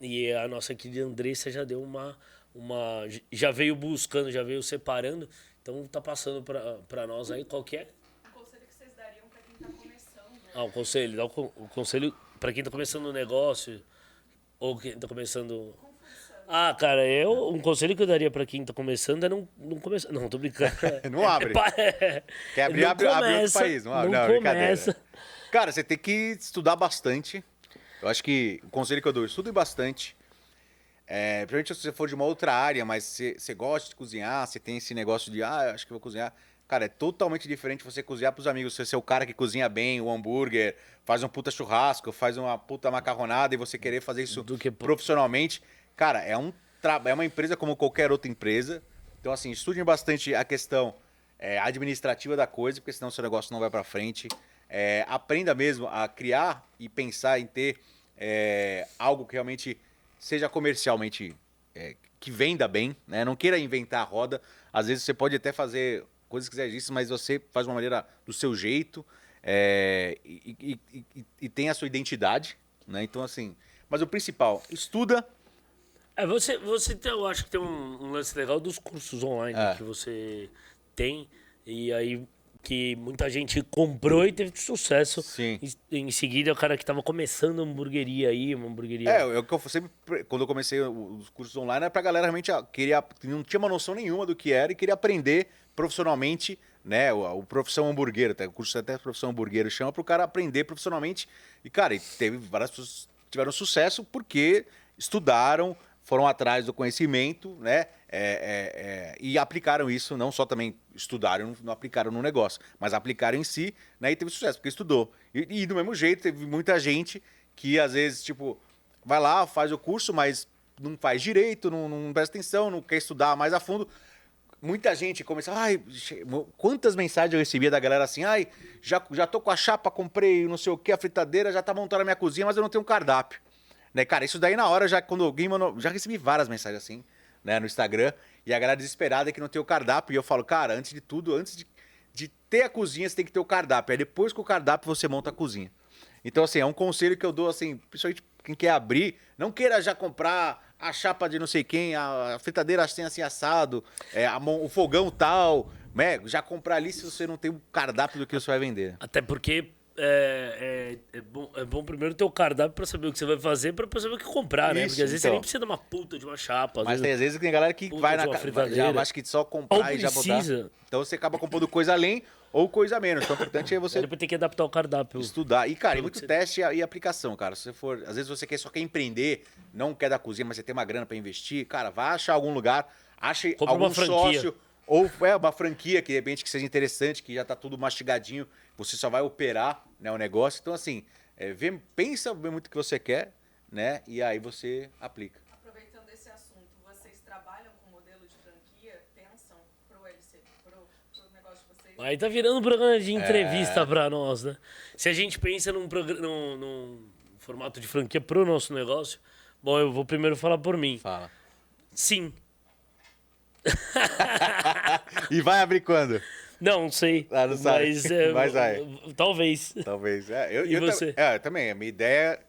e a nossa querida Andressa já deu uma uma já veio buscando, já veio separando. Então tá passando pra pra nós aí qual que é? Um conselho que vocês dariam pra quem tá começando. Ah, o conselho, dá o, con- o conselho pra quem tá começando um negócio ou quem tá começando ah, cara, eu um conselho que eu daria pra quem tá começando é não não começar, não, tô brincando. [LAUGHS] Não abre. [LAUGHS] É pa- é. Quer abrir, Não abre, abre outro começa, país. Não, abre. não não, é brincadeira. começa. Cara, você tem que estudar bastante. Eu acho que o conselho que eu dou, estude bastante. É, principalmente se você for de uma outra área, mas você, você gosta de cozinhar, você tem esse negócio de, ah, eu acho que eu vou cozinhar. Cara, é totalmente diferente você cozinhar pros amigos. Você ser o cara que cozinha bem, o hambúrguer, faz um puta churrasco, faz uma puta macarronada e você querer fazer isso Do que pro- profissionalmente. Cara, é, um tra... é uma empresa como qualquer outra empresa. Então, assim, estudem bastante a questão é, administrativa da coisa, porque senão seu negócio não vai para frente. É, aprenda mesmo a criar e pensar em ter é, algo que realmente seja comercialmente é, que venda bem, né? Não queira inventar a roda. Às vezes você pode até fazer coisas que quiser disso, mas você faz de uma maneira do seu jeito é, e, e- e- e- e tem a sua identidade, né? Então, assim. Mas o principal, estuda. É, você, você tem, eu acho que tem um, um lance legal dos cursos online É. que você tem, e aí que muita gente comprou e teve sucesso. Sim. Em, em seguida, o cara que tava começando a hamburgueria aí, uma hamburgueria. É, é o que eu sempre. pre- Quando eu comecei o- os cursos online, era pra galera realmente ah, queria, não tinha uma noção nenhuma do que era e queria aprender profissionalmente, né? O, o profissão hamburguera, até, o curso até profissão hamburguera chama pro cara aprender profissionalmente. E, cara, e teve várias pessoas que tiveram sucesso porque estudaram, foram atrás do conhecimento, né? É, é, é, e aplicaram isso, não só também estudaram, não aplicaram no negócio, mas aplicaram em si, né? E teve sucesso, porque estudou. E, e do mesmo jeito, teve muita gente que às vezes, tipo, vai lá, faz o curso, mas não faz direito, não, não presta atenção, não quer estudar mais a fundo. Muita gente começa, ai, che- mo- quantas mensagens eu recebia da galera assim, ai, já, já tô com a chapa, comprei não sei o que, a fritadeira, já tá montada na minha cozinha, mas eu não tenho cardápio. Né, cara, isso daí na hora, já quando alguém mandou, já recebi várias mensagens assim, né, no Instagram, e a galera desesperada que não tem o cardápio, e eu falo, cara, antes de tudo, antes de, de ter a cozinha, você tem que ter o cardápio, é depois que o cardápio você monta a cozinha. Então, assim, é um conselho que eu dou, assim, principalmente quem quer abrir, não queira já comprar a chapa de não sei quem, a a fritadeira assim, assim assado, é, a mão- o fogão tal, né? Já comprar ali se você não tem o cardápio do que você vai vender. Até porque é, é- é bom, é bom primeiro ter o cardápio pra saber o que você vai fazer, pra pra saber o que comprar, né? Isso, Porque às vezes você então. nem precisa de uma puta de uma chapa. às Mas tem vezes- às vezes que tem galera que Puta vai de na uma ca- fritadeira. já acho que só Ou comprar e já botar. precisa. Então você acaba comprando coisa além ou coisa menos. Então o importante é você Depois tem que adaptar o cardápio. Estudar. E, cara, e Pelo muito que você- teste e e aplicação, cara. Se você for. Às vezes você quer, só quer empreender, não quer da cozinha, mas você tem uma grana pra investir, cara, vá achar algum lugar, ache Compra algum uma franquia. sócio. Ou é uma franquia que de repente que seja interessante, que já tá tudo mastigadinho, você só vai operar né, o negócio. Então, assim, é, vê- pensa bem muito o que você quer, né? E aí você aplica. Aproveitando esse assunto, vocês trabalham com modelo de franquia? Pensam pro LC, pro, pro negócio de vocês? Aí tá virando um programa de É. entrevista pra nós, né? Se a gente pensa num, progra- num- num formato de franquia pro nosso negócio, bom, eu vou primeiro falar por mim. Fala. Sim. [LAUGHS] E vai abrir quando? Não, não sei. Ah, não sabe. Mas, é, [LAUGHS] Mas vai. Talvez. Talvez. É, eu, E eu tam- você? é, eu também. A minha ideia,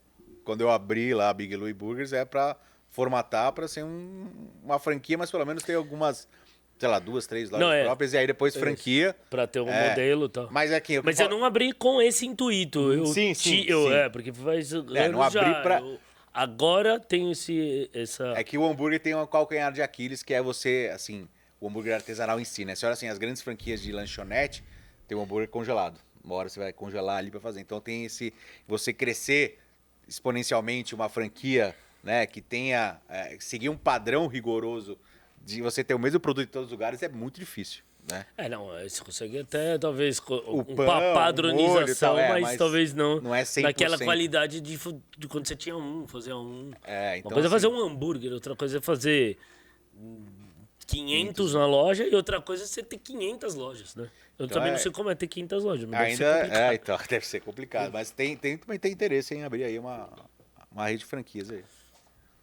quando eu abri lá a Big Louie Burgers, é pra formatar pra ser um- uma franquia, mas pelo menos ter algumas, sei lá, duas, três lojas Não, é. próprias, e aí depois franquia. Pra ter um É. modelo e tal. Mas é que eu Mas falo- eu não abri com esse intuito. Eu Sim, sim, ti- eu- sim. É, porque faz. É, não anos abri já, pra. eu- Agora tem esse, essa. É que o hambúrguer tem um calcanhar de Aquiles, que é você, assim, o hambúrguer artesanal em si, né? Você olha assim, as grandes franquias de lanchonete tem um hambúrguer congelado. Uma hora você vai congelar ali para fazer. Então tem esse. Você crescer exponencialmente uma franquia, né? Que tenha. é, seguir um padrão rigoroso de você ter o mesmo produto em todos os lugares é muito difícil, né? É, não, aí você consegue até talvez co- O um pão, pa- o molho e padronização, tal, é, mas, mas talvez não. não é 100%. Daquela qualidade de, fu- de quando você tinha um, fazer um. É, então, Uma coisa é fazer assim- um hambúrguer, outra coisa é fazer hum, 500 na loja e outra coisa é você ter 500 lojas, né? Eu Então também é- não sei como é ter 500 lojas, mas deve Ainda. ser complicado. É, então, [LAUGHS] deve ser complicado. Mas tem, tem, também tem interesse em abrir aí uma, uma rede de franquias aí.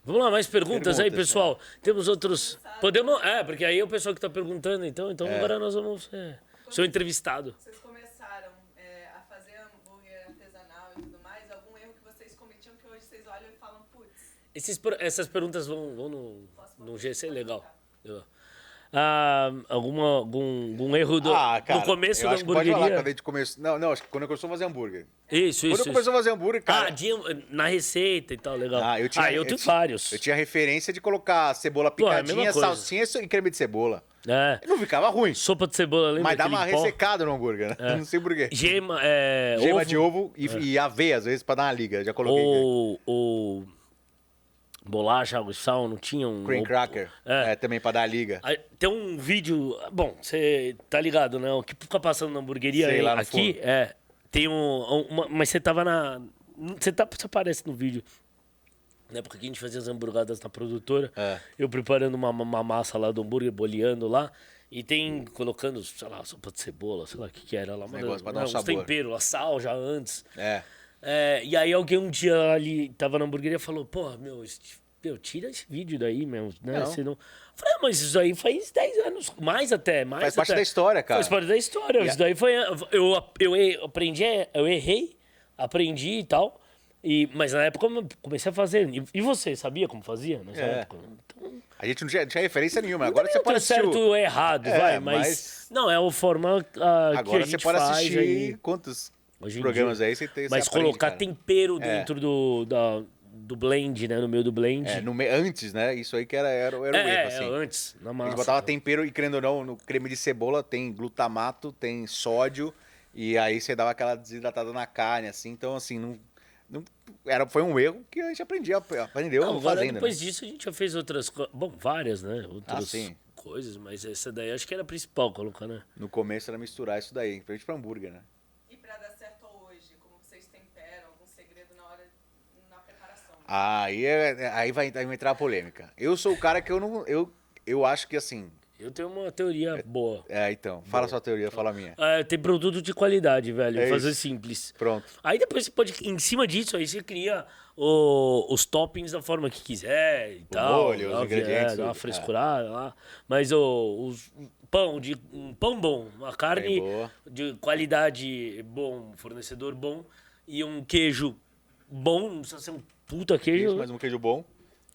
Vamos lá, mais perguntas, aí, Perguntas, né? pessoal. Temos outros. Podemos. É, porque aí é o pessoal que tá perguntando, então, então agora nós vamos. É, sou entrevistado. Vocês começaram é, a fazer hambúrguer artesanal e tudo mais, algum erro que vocês cometiam que hoje vocês olham e falam, putz, Esses per- essas perguntas vão, vão no, no GC, legal. legal. Ah, alguma, algum, algum erro do, do começo Ah, eu da acho que pode falar, hamburgueria? talvez de começo. Não, não, acho que quando eu começou a fazer hambúrguer. isso, Quando isso. eu comecei isso. a fazer hambúrguer, cara. Ah, de- na receita e tal, legal. Ah, eu tinha, tenho ti- vários. Eu tinha referência de colocar cebola Pô, é a mesma picadinha, coisa. salsinha e creme de cebola. É, Não ficava ruim, sopa de cebola, lembra? mas dava uma aquele pó? É. ressecada no hambúrguer, né? [LAUGHS] Não sei porquê. Gema, é, Gema ovo, É. de ovo e, e aveia, às vezes, pra dar uma liga. Já coloquei. Ou, ou bolacha, água e sal, não tinha um... Cream ou- cracker, É. é, também pra dar liga. Aí, Tem um vídeo. Bom, você tá ligado, né? O que fica passando na hamburgueria Sei aí, lá no aqui fundo. é. Tem um. uma- mas você tava na. Você, tá, você aparece no vídeo. Na época que a gente fazia as hamburgadas na produtora, É. eu preparando uma, uma massa lá do hambúrguer, boleando lá. E tem colocando, sei lá, sopa de cebola, sei lá o que, que era lá, mas negócios pra dar um uns sabor. temperos, lá, sal já antes. É. É, e aí alguém um dia ali tava na hamburgueria e falou, pô, meu, esse- meu, tira esse vídeo daí, meu, né? Não. Você não... Eu Falei, ah, mas isso aí faz 10 anos, mais até, mais Faz parte até. da história, cara. Faz parte da história. Isso daí foi. Eu, eu, eu aprendi, eu errei, aprendi e tal. E, mas na época eu comecei a fazer. E, e você sabia como fazia nessa É. época? Então, A gente não tinha, não tinha referência nenhuma. Agora você não tá pode assistir. o- certo ou errado, É, vai, mas, mas- Não, é a forma ah, que a Agora gente você pode faz assistir aí. quantos Hoje em programas dia. aí você tem. você Mas aprende, colocar cara. tempero É. dentro do, da- do blend, né? No meio do blend. É, no me- antes, né? Isso aí que era, era, era É, o é, erro, assim. é, antes, na Eles massa. botavam tempero e, crendo ou não, no creme de cebola tem glutamato, tem sódio, e aí você dava aquela desidratada na carne, assim. Então, assim, não, não- era, foi um erro que a gente aprendia, aprendeu Não, agora, fazendo. depois né? disso a gente já fez outras coisas. Bom, várias, né? Outras Ah, sim. coisas, mas essa daí acho que era a principal, colocar, né? No começo era misturar isso daí, frente pra hambúrguer, né? e pra dar certo hoje? Como vocês temperam? Algum segredo na hora, na preparação? Ah, Aí, é- aí vai, aí vai entrar a polêmica. Eu sou o cara que eu não. Eu, eu acho que assim. Eu tenho uma teoria boa. É, então, fala sua teoria, fala a minha. É, tem produto de qualidade, velho. É fazer isso. simples. Pronto. Aí depois você pode, em cima disso, aí você cria o- os toppings da forma que quiser e tal. molho, os dá uma- ingredientes, é, dá uma tudo, frescurada lá. Mas o os, um pão, de, um pão bom, uma carne Bem boa. de qualidade bom, fornecedor bom e um queijo bom, não precisa ser um puta queijo. Isso, mais um queijo bom.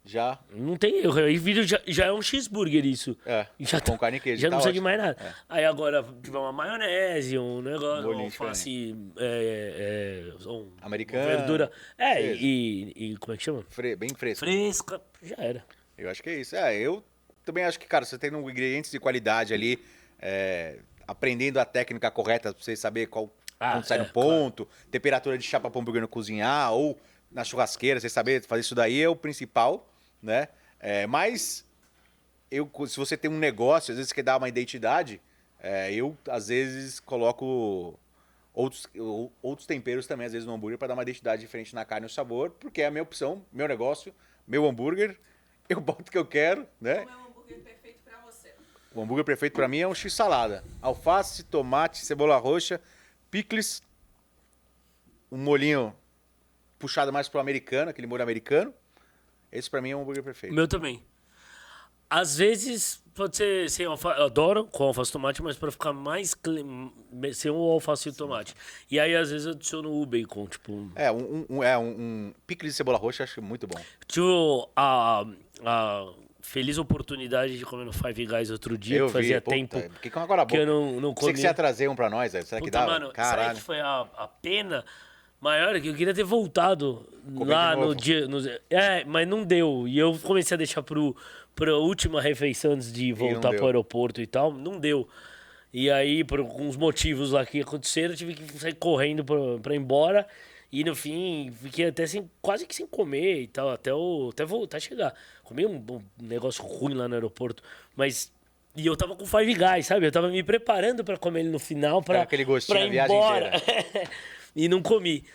Já. Não tem erro. Aí vira, já, já é um cheeseburger isso. É, Já com tá- carne e queijo, Já tá não precisa de ótimo. mais nada. Aí agora tiver uma maionese, um negócio, Molhinho um alface, é, é, um- Americana, uma verdura. É, fresco. e, e como é que chama? Fre bem fresco. Fresca. Já era. Eu acho que é isso. É, eu também acho que, cara, você tendo ingredientes de qualidade ali, é, aprendendo a técnica correta pra você saber qual Ah, quando sai é, no ponto, temperatura de chapa pra um hambúrguer não cozinhar, ou na churrasqueira, você saber fazer isso daí é o principal, né? É, mas eu, se você tem um negócio, às vezes você quer dar uma identidade, é, eu às vezes coloco outros, ou- outros temperos também, às vezes, no hambúrguer, para dar uma identidade diferente na carne e no sabor, porque é a minha opção, meu negócio, meu hambúrguer, [LAUGHS] eu boto o que eu quero, né? Como é um hambúrguer perfeito pra você? O hambúrguer perfeito para mim é um x-salada. Alface, tomate, cebola roxa, picles, um molhinho puxado mais pro americano, aquele molho americano. Esse para mim é um hambúrguer O perfeito. meu também. Às vezes pode ser sem alface. Eu adoro com alface e tomate, mas pra ficar mais. cle- Sem o alface e o tomate. E aí às vezes eu adiciono o bacon, tipo. É, um, um- um- é um, um picles de cebola roxa, acho muito bom. Tive a, a feliz oportunidade de comer no Five Guys outro dia, eu que fazia vi, tempo Puta, fiquei com agora que eu não, não Sei que você comia. ia trazer um pra nós, aí. será que Puta, dá? mano, será Caralho. que foi a, a pena maior que eu queria ter voltado Comer lá de novo. no dia. no- é, mas não deu. E eu comecei a deixar pro, pra última refeição antes de voltar deu. pro aeroporto e tal. Não deu. E aí, por alguns motivos lá que aconteceram, eu tive que sair correndo pra, pra ir embora. E no fim, fiquei até sem, quase que sem comer e tal, até, o, até voltar a chegar. Comi um, um negócio ruim lá no aeroporto, mas. E eu tava com Five Guys, sabe? Eu tava me preparando pra comer ele no final, pra, Tava aquele gostinho pra a ir viagem embora. [LAUGHS] e não comi.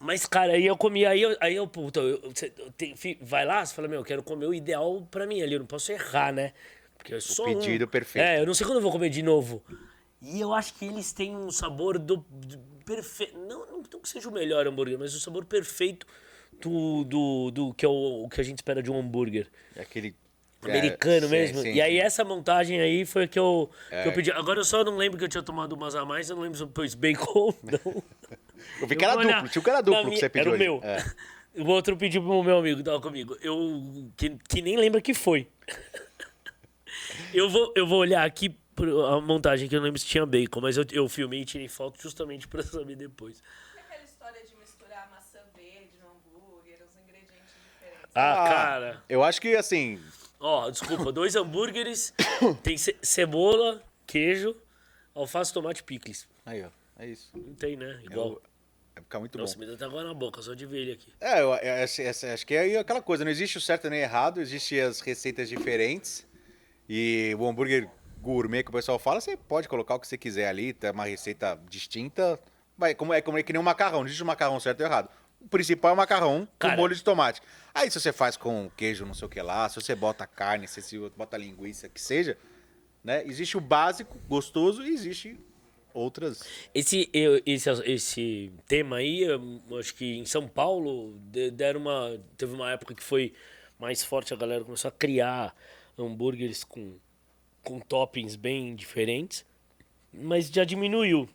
Mas, cara, aí eu comi, aí eu, aí eu puta, eu, você- eu tenho- fi- vai lá, você fala, meu, eu quero comer o ideal pra mim ali, eu não posso errar, né? Porque é só um. pedido perfeito. É, eu não sei quando eu vou comer de novo. E eu acho que eles têm um sabor do, perfeito, não, não, não que seja o melhor hambúrguer, mas o sabor perfeito do, do, do que é o, o que a gente espera de um hambúrguer. É aquele. é, Americano sim, mesmo. sim, e aí é sim. É. essa montagem aí foi a que eu, que eu pedi. Agora eu só não lembro que eu tinha tomado umas a mais, eu não lembro se eu pus bacon [LAUGHS] ou não. Eu vi que era Eu vou olhar duplo, tinha o que era na duplo que minha- você Era pediu. o ali. meu. É. [LAUGHS] O outro pediu pro meu amigo que tava comigo. Eu. Que, que nem lembra que foi. [LAUGHS] eu, vou, eu vou olhar aqui pro- a montagem que eu não lembro se tinha bacon, mas eu, eu filmei e tirei foto justamente pra saber depois. E aquela história de misturar maçã verde no hambúrguer, os ingredientes diferentes. Ah, cara. Eu acho que assim. Ó, desculpa, dois hambúrgueres, [COUGHS] tem ce- cebola, queijo, alface, tomate, picles. Aí, ó. É isso. Não tem, né? É o- Igual. Vai ficar muito Nossa, bom. me deu até agora na boca, só de ver ele aqui. É, eu, é, essa- essa- acho que é aquela coisa, não existe o certo nem o errado, existem as receitas diferentes. E o hambúrguer gourmet que o pessoal fala, você pode colocar o que você quiser ali, tá uma receita distinta. Mas como é, como é que nem um macarrão, não existe o macarrão certo ou errado. O principal é o macarrão Cara. com molho de tomate. Aí se você faz com queijo, não sei o que lá, se você bota carne, se você bota linguiça, que seja, né? Existe o básico, gostoso, e existe outras. Esse, eu- esse, esse tema aí, eu acho que em São Paulo de- deram uma. Teve uma época que foi mais forte, a galera começou a criar hambúrgueres com, com toppings bem diferentes, mas já diminuiu.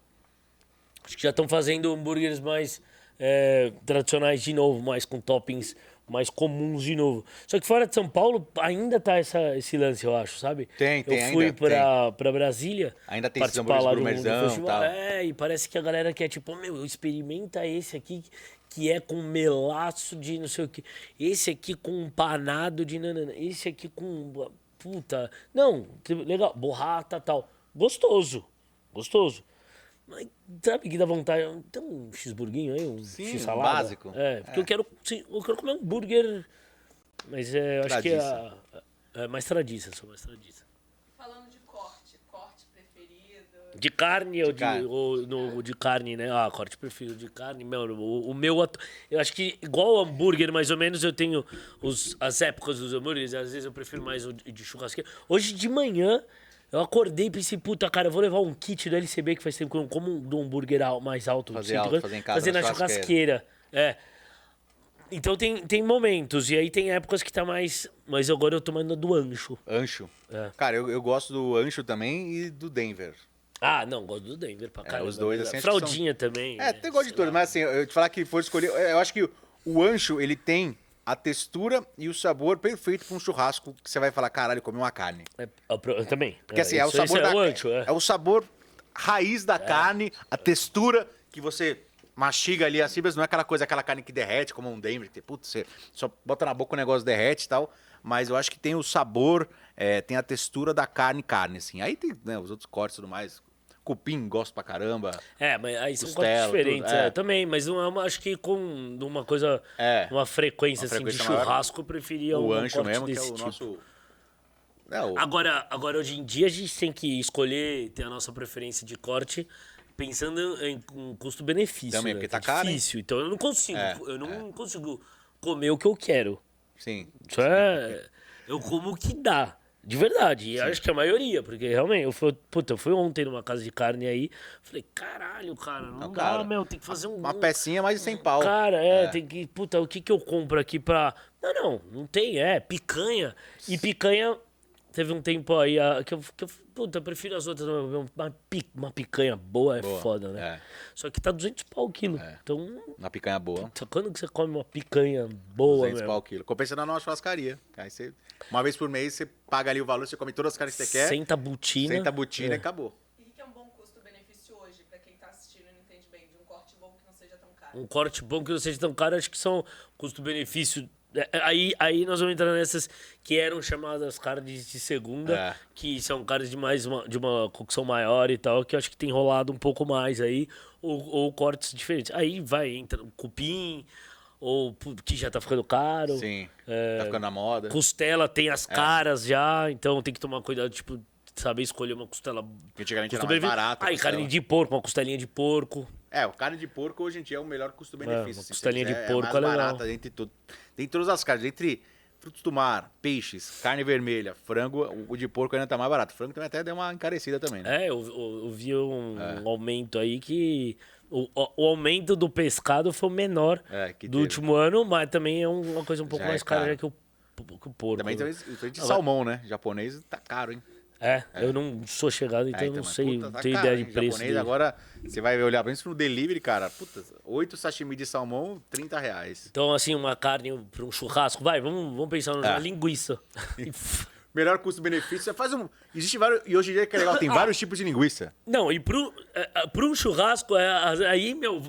Acho que já estão fazendo hambúrgueres mais é, tradicionais de novo, mais com toppings mais comuns de novo. Só que fora de São Paulo ainda tá essa, esse lance, eu acho, sabe? Tem, tem, Eu fui ainda para pra Brasília. Ainda tem esses participar lá do- hambúrgueres do gourmetzão e festival. tal. É, e parece que a galera quer, tipo, meu, experimenta esse aqui que é com melaço de não sei o que. Esse aqui com empanado de nanana. Esse aqui com. Puta. Não, que legal. Borrata tal. Gostoso. Gostoso. Mas sabe que dá vontade? Tem um cheeseburguinho aí, um Sim, x-salada. um básico. É, porque É. eu quero. sim, eu quero comer um burger. Mas é, eu acho que é, a- é mais tradiça, sou mais tradiça. Falando de corte, corte preferido. De carne ou de, carne. ou no- ou de carne, né? Ah, corte prefiro de carne. Meu, o, o meu. atu- Eu acho que igual o hambúrguer, mais ou menos, eu tenho os, as épocas dos hambúrgueres. Às vezes eu prefiro mais o de de churrasqueira. Hoje de manhã. Eu acordei e pensei, puta, cara, eu vou levar um kit do LCB que faz tempo que eu não como um, do hambúrguer al- mais alto. Fazer sei alto, quanto, fazer em casa, fazer na na churrasqueira. É. Então tem, tem momentos, e aí tem épocas que tá mais... Mas agora eu tô mais na do ancho. Ancho. É. Cara, eu, eu gosto do ancho também e do Denver. Ah, não, gosto do Denver pra caramba. né? os dois, assim, acho que são- Fraldinha também. É, né? tem gosto de Sei tudo, lá. mas assim, eu te falar que for escolher. é, Eu acho que o ancho, ele tem a textura e o sabor perfeito pra um churrasco que você vai falar, caralho, comi uma carne. É, é o pro- eu também. Porque assim, é o isso- isso sabor é da. o ancho, é. é o sabor raiz da carne, a textura que você mastiga ali assim, mas não é aquela coisa, aquela carne que derrete, como um Denver, que, putz, você só bota na boca o negócio derrete e tal. Mas eu acho que tem o sabor, é, tem a textura da carne, carne, assim. Aí tem né, os outros cortes e tudo mais. Cupim, gosto pra caramba. É, mas aí são Costela, cortes diferentes, tudo, é. é, também, mas não é uma, acho que com uma coisa, É. uma frequência, Uma assim, frequência de maior. churrasco, eu preferia o um ancho corte mesmo, que é desse o tipo. nosso. É, o- Agora, agora, hoje em dia, a gente tem que escolher, ter a nossa preferência de corte, pensando em um custo-benefício. Também, né? porque tá caro, hein? difícil, então eu não consigo, É, eu não consigo comer o que eu quero. Sim. Isso é. Eu como o que dá. De verdade. E acho que a maioria, porque realmente, eu fui, puta, eu fui ontem numa casa de carne aí, falei, caralho, cara, não, dá, cara, meu, tem que fazer um. Uma pecinha, mas sem pau. Cara, é, tem que. Puta, o que que eu compro aqui pra. Não, não, não tem, é. Picanha. E picanha. Teve um tempo aí a- que, eu, que eu. Puta, eu prefiro as outras. mas Uma, pi- uma picanha boa é Boa, foda, né? é. Só que tá 200 pau o quilo. É. Então. Uma picanha boa. puta, Quando que você come uma picanha boa, 200 mesmo? pau o quilo. Compensa na nossa churrascaria. Aí você, uma vez por mês, você paga ali o valor, você come todas as carnes que você quer, Senta a butina. senta a botina É. e acabou. E o que é um bom custo-benefício hoje, pra quem tá assistindo e não entende bem, de um corte bom que não seja tão caro? um corte bom que não seja tão caro, acho que são custo-benefício. É, é, Aí, aí nós vamos entrar nessas que eram chamadas carnes de segunda, É. que são carnes de, mais uma, de uma cocção maior e tal, que eu acho que tem rolado um pouco mais aí, ou, ou cortes diferentes. Aí vai, entra um cupim, ou pu- que já tá ficando caro. Sim. É, Tá ficando É. na moda. Costela tem as caras já, então tem que tomar cuidado, tipo, saber escolher uma costela. Porque antigamente era custo mais benefício. barato. Aí, carne de porco, uma costelinha de porco. É, o carne de porco hoje em dia é o melhor É, custo-benefício. uma assim, costelinha você de quiser, porco é é legal. mais barata dentre, tudo, dentre todas as carnes. Entre frutos do mar, peixes, carne vermelha, frango, o de porco ainda tá mais barato. O frango também até deu uma encarecida também, né? É, eu, eu- eu vi um É. aumento aí que. O, o- o aumento do pescado foi o menor É, que do teve. último ano, mas também é um- uma coisa um pouco Já é mais cara caro. já que o, que o porco. Também então tem né? o de Ah, salmão, né? Japonês tá caro, hein? é, eu não sou chegado, então É, eu não mas, sei, puta, não tá tenho caro, ideia hein? de preço. Japonês, dele. agora você vai olhar pra isso no delivery, cara. Puta, oito sashimi de salmão, 30 reais. Então, assim, uma carne para um churrasco, vai, vamos, vamos pensar numa É. [LAUGHS] linguiça. Melhor custo-benefício. Você faz um. Existe vários. E hoje em dia que [LAUGHS] é legal, Ah. tem vários tipos de linguiça. Não, e pro, é, é, pro churrasco, é, a- aí, meu.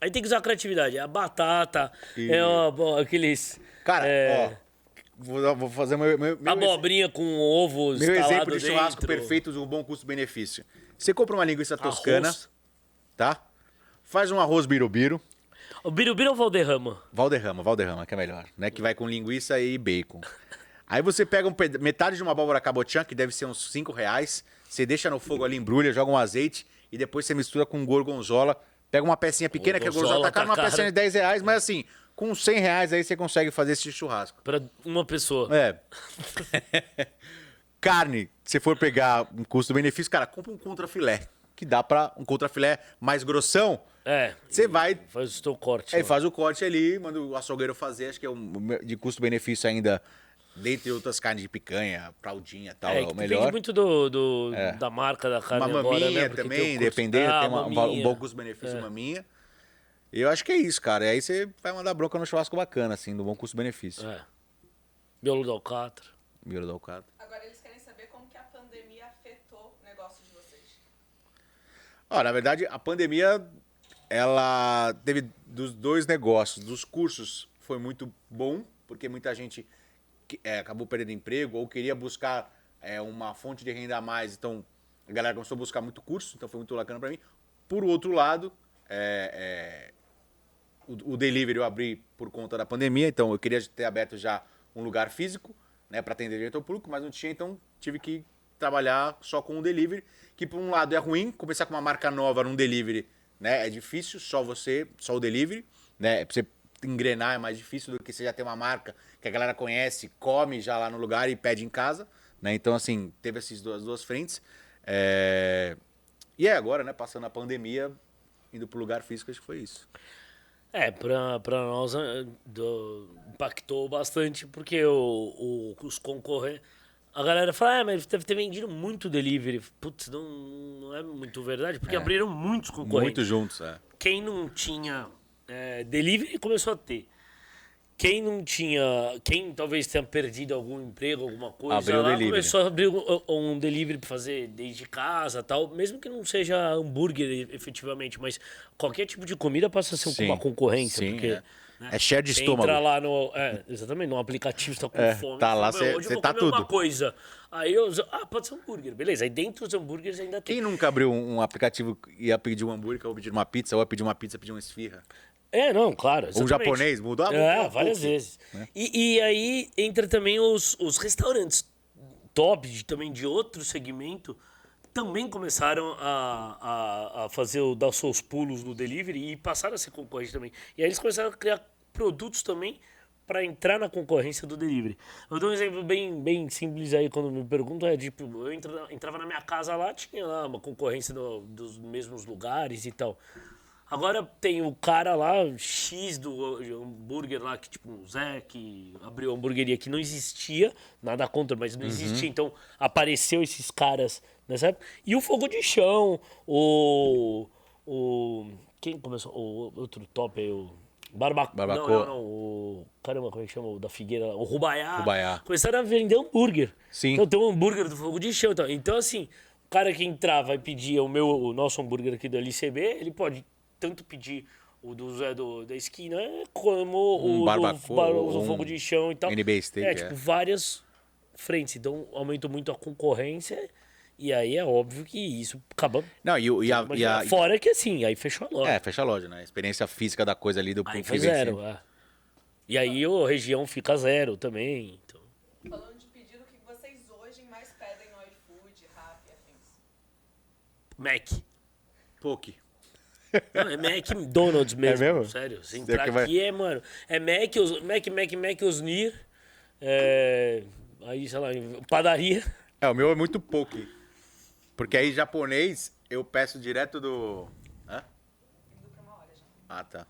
Aí tem que usar a criatividade. É a batata, E- é ó, bom, aqueles. Cara, é, Tá ó. Vou, vou fazer meu. meu, meu abobrinha com ovo Meu estalado exemplo de churrasco dentro. perfeito de um bom custo-benefício. Você compra uma linguiça toscana, Arroz. tá? Faz um arroz birubiru, O birubiru ou Valderrama? Valderrama, Valderrama, que é melhor, né? Que vai com linguiça e bacon. Aí você pega um peda- metade de uma abóbora cabotiã, que deve ser uns 5 reais, você deixa no fogo ali, embrulha, joga um azeite e depois você mistura com gorgonzola. Pega uma pecinha pequena, que é gorgonzola, Gorgonzola tá caro, tá uma caro. pecinha de 10 reais, mas assim, com 100 reais aí você consegue fazer esse churrasco. Pra uma pessoa. É. [LAUGHS] Carne, se for pegar um custo-benefício, cara, compra um contrafilé. Que dá pra um contrafilé mais grossão. É. Você vai, Faz o teu corte. aí lá. faz o corte ali, manda o açougueiro fazer, acho que é um de custo-benefício ainda, dentre outras carnes de picanha, fraldinha e tal, É, é, que o depende melhor. É. muito do, do- da marca da carne Uma agora, né? maminha Porque tem também, o custo- dependendo, Ah, tem uma- um val- um maminha. É. bom custo-benefício, maminha. E eu acho que é isso, cara. E aí você vai mandar bronca no churrasco bacana, assim, do bom custo-benefício. É. Miolo do alcatra. Miro do Alcado. Agora eles querem saber como que a pandemia afetou o negócio de vocês. Ó, na verdade, a pandemia, ela teve dos dois negócios, dos cursos, foi muito bom, porque muita gente que- eh, acabou perdendo emprego ou queria buscar eh, uma fonte de renda a mais, então a galera começou a buscar muito curso, então foi muito bacana pra mim. Por outro lado, eh, eh, o, o delivery eu abri por conta da pandemia, então eu queria ter aberto já um lugar físico, né, para atender direito ao público, mas não tinha, então tive que trabalhar só com o delivery, que por um lado é ruim, começar com uma marca nova num delivery, né, é difícil, só você, só o delivery, né, pra você engrenar é mais difícil do que você já ter uma marca que a galera conhece, come já lá no lugar e pede em casa, né, então assim, teve essas duas, duas frentes, é... e é agora, né, passando a pandemia, indo pro lugar físico, acho que foi isso. É, pra, pra nós eh, do- impactou bastante, porque o, o- os concorrentes. A galera fala, ah, mas deve ter vendido muito delivery. Putz, não, não é muito verdade, porque abriram muitos concorrentes. Muito juntos, é. Quem não tinha eh, delivery começou a ter. Quem não tinha. Quem talvez tenha perdido algum emprego, alguma coisa, Abriu o lá, delivery. começou a abrir um, um delivery para fazer desde casa tal. Mesmo que não seja hambúrguer e- efetivamente, mas qualquer tipo de comida passa a ser Sim. uma concorrência. Sim, porque, é. né, É share de você estômago. Entra lá no. É, exatamente, no aplicativo, você tá com É, fome. tá lá, fala, "Meu, cê- hoje eu cê vou tá comer uma tudo." coisa. Aí eu. Ah, pode ser hambúrguer, beleza. Aí dentro dos hambúrgueres ainda tem. Quem nunca abriu um um aplicativo e ia pedir um hambúrguer, ou pedir uma pizza, ou ia pedir uma pizza, pedir uma esfirra? É, não, claro. Ou um exatamente. japonês, mudou a né? É, várias vezes. E, e aí entra também os, os restaurantes top, de, também de outro segmento, também começaram a, a, a fazer o, dar os seus pulos no delivery e passaram a ser concorrente também. E aí eles começaram a criar produtos também para entrar na concorrência do delivery. Eu dou um exemplo bem, bem simples aí quando me perguntam, é tipo, eu entra- entrava, na minha casa lá, tinha lá uma concorrência do- dos mesmos lugares e tal. Agora tem o cara lá, X do hambúrguer lá, que tipo, o Zé, que abriu a hamburgueria que não existia, nada contra, mas Uhum. não existia, então apareceu esses caras nessa época. E o Fogo de Chão, o. o quem começou? O outro top aí, o. Barba... Barbacoa. Não, não, não, o. Caramba, como é que chama? O da Figueira lá, o Rubaiá. Rubaiá. Começaram a vender hambúrguer. Sim. Então tem um hambúrguer do fogo de chão. Então, então assim, o cara que entrava e pedia o meu, o nosso hambúrguer aqui do LCB, ele pode tanto pedir O do Zé do, da esquina é como Um o barbacoa, do bar- o do um fogo de chão e tal. NBA Steak, é, tipo, é. várias frentes. Então, aumentou muito a concorrência. E aí é óbvio que isso acaba. Não, e, o- e a. Mas Ah, e a- Fora que assim, aí fechou a loja. É, fecha a loja, né? A experiência física da coisa ali do aí do foi cliente. Ah, zero. é. E aí a região fica zero também. Então. Falando de pedido, o que vocês hoje mais pedem no iFood, Rappi, afins? Mac. Pouco. Não, é Mac McDonald's mesmo. mesmo? Sério. Se Isso entrar daqui vai- aqui é, mano. É Mac, os- Mac, Mac, Mac, Osnir. É, aí, sei lá, padaria. É, o meu é muito pouco. Porque aí, japonês, eu peço direto do. Hã? Indo pra uma hora já. Ah, tá.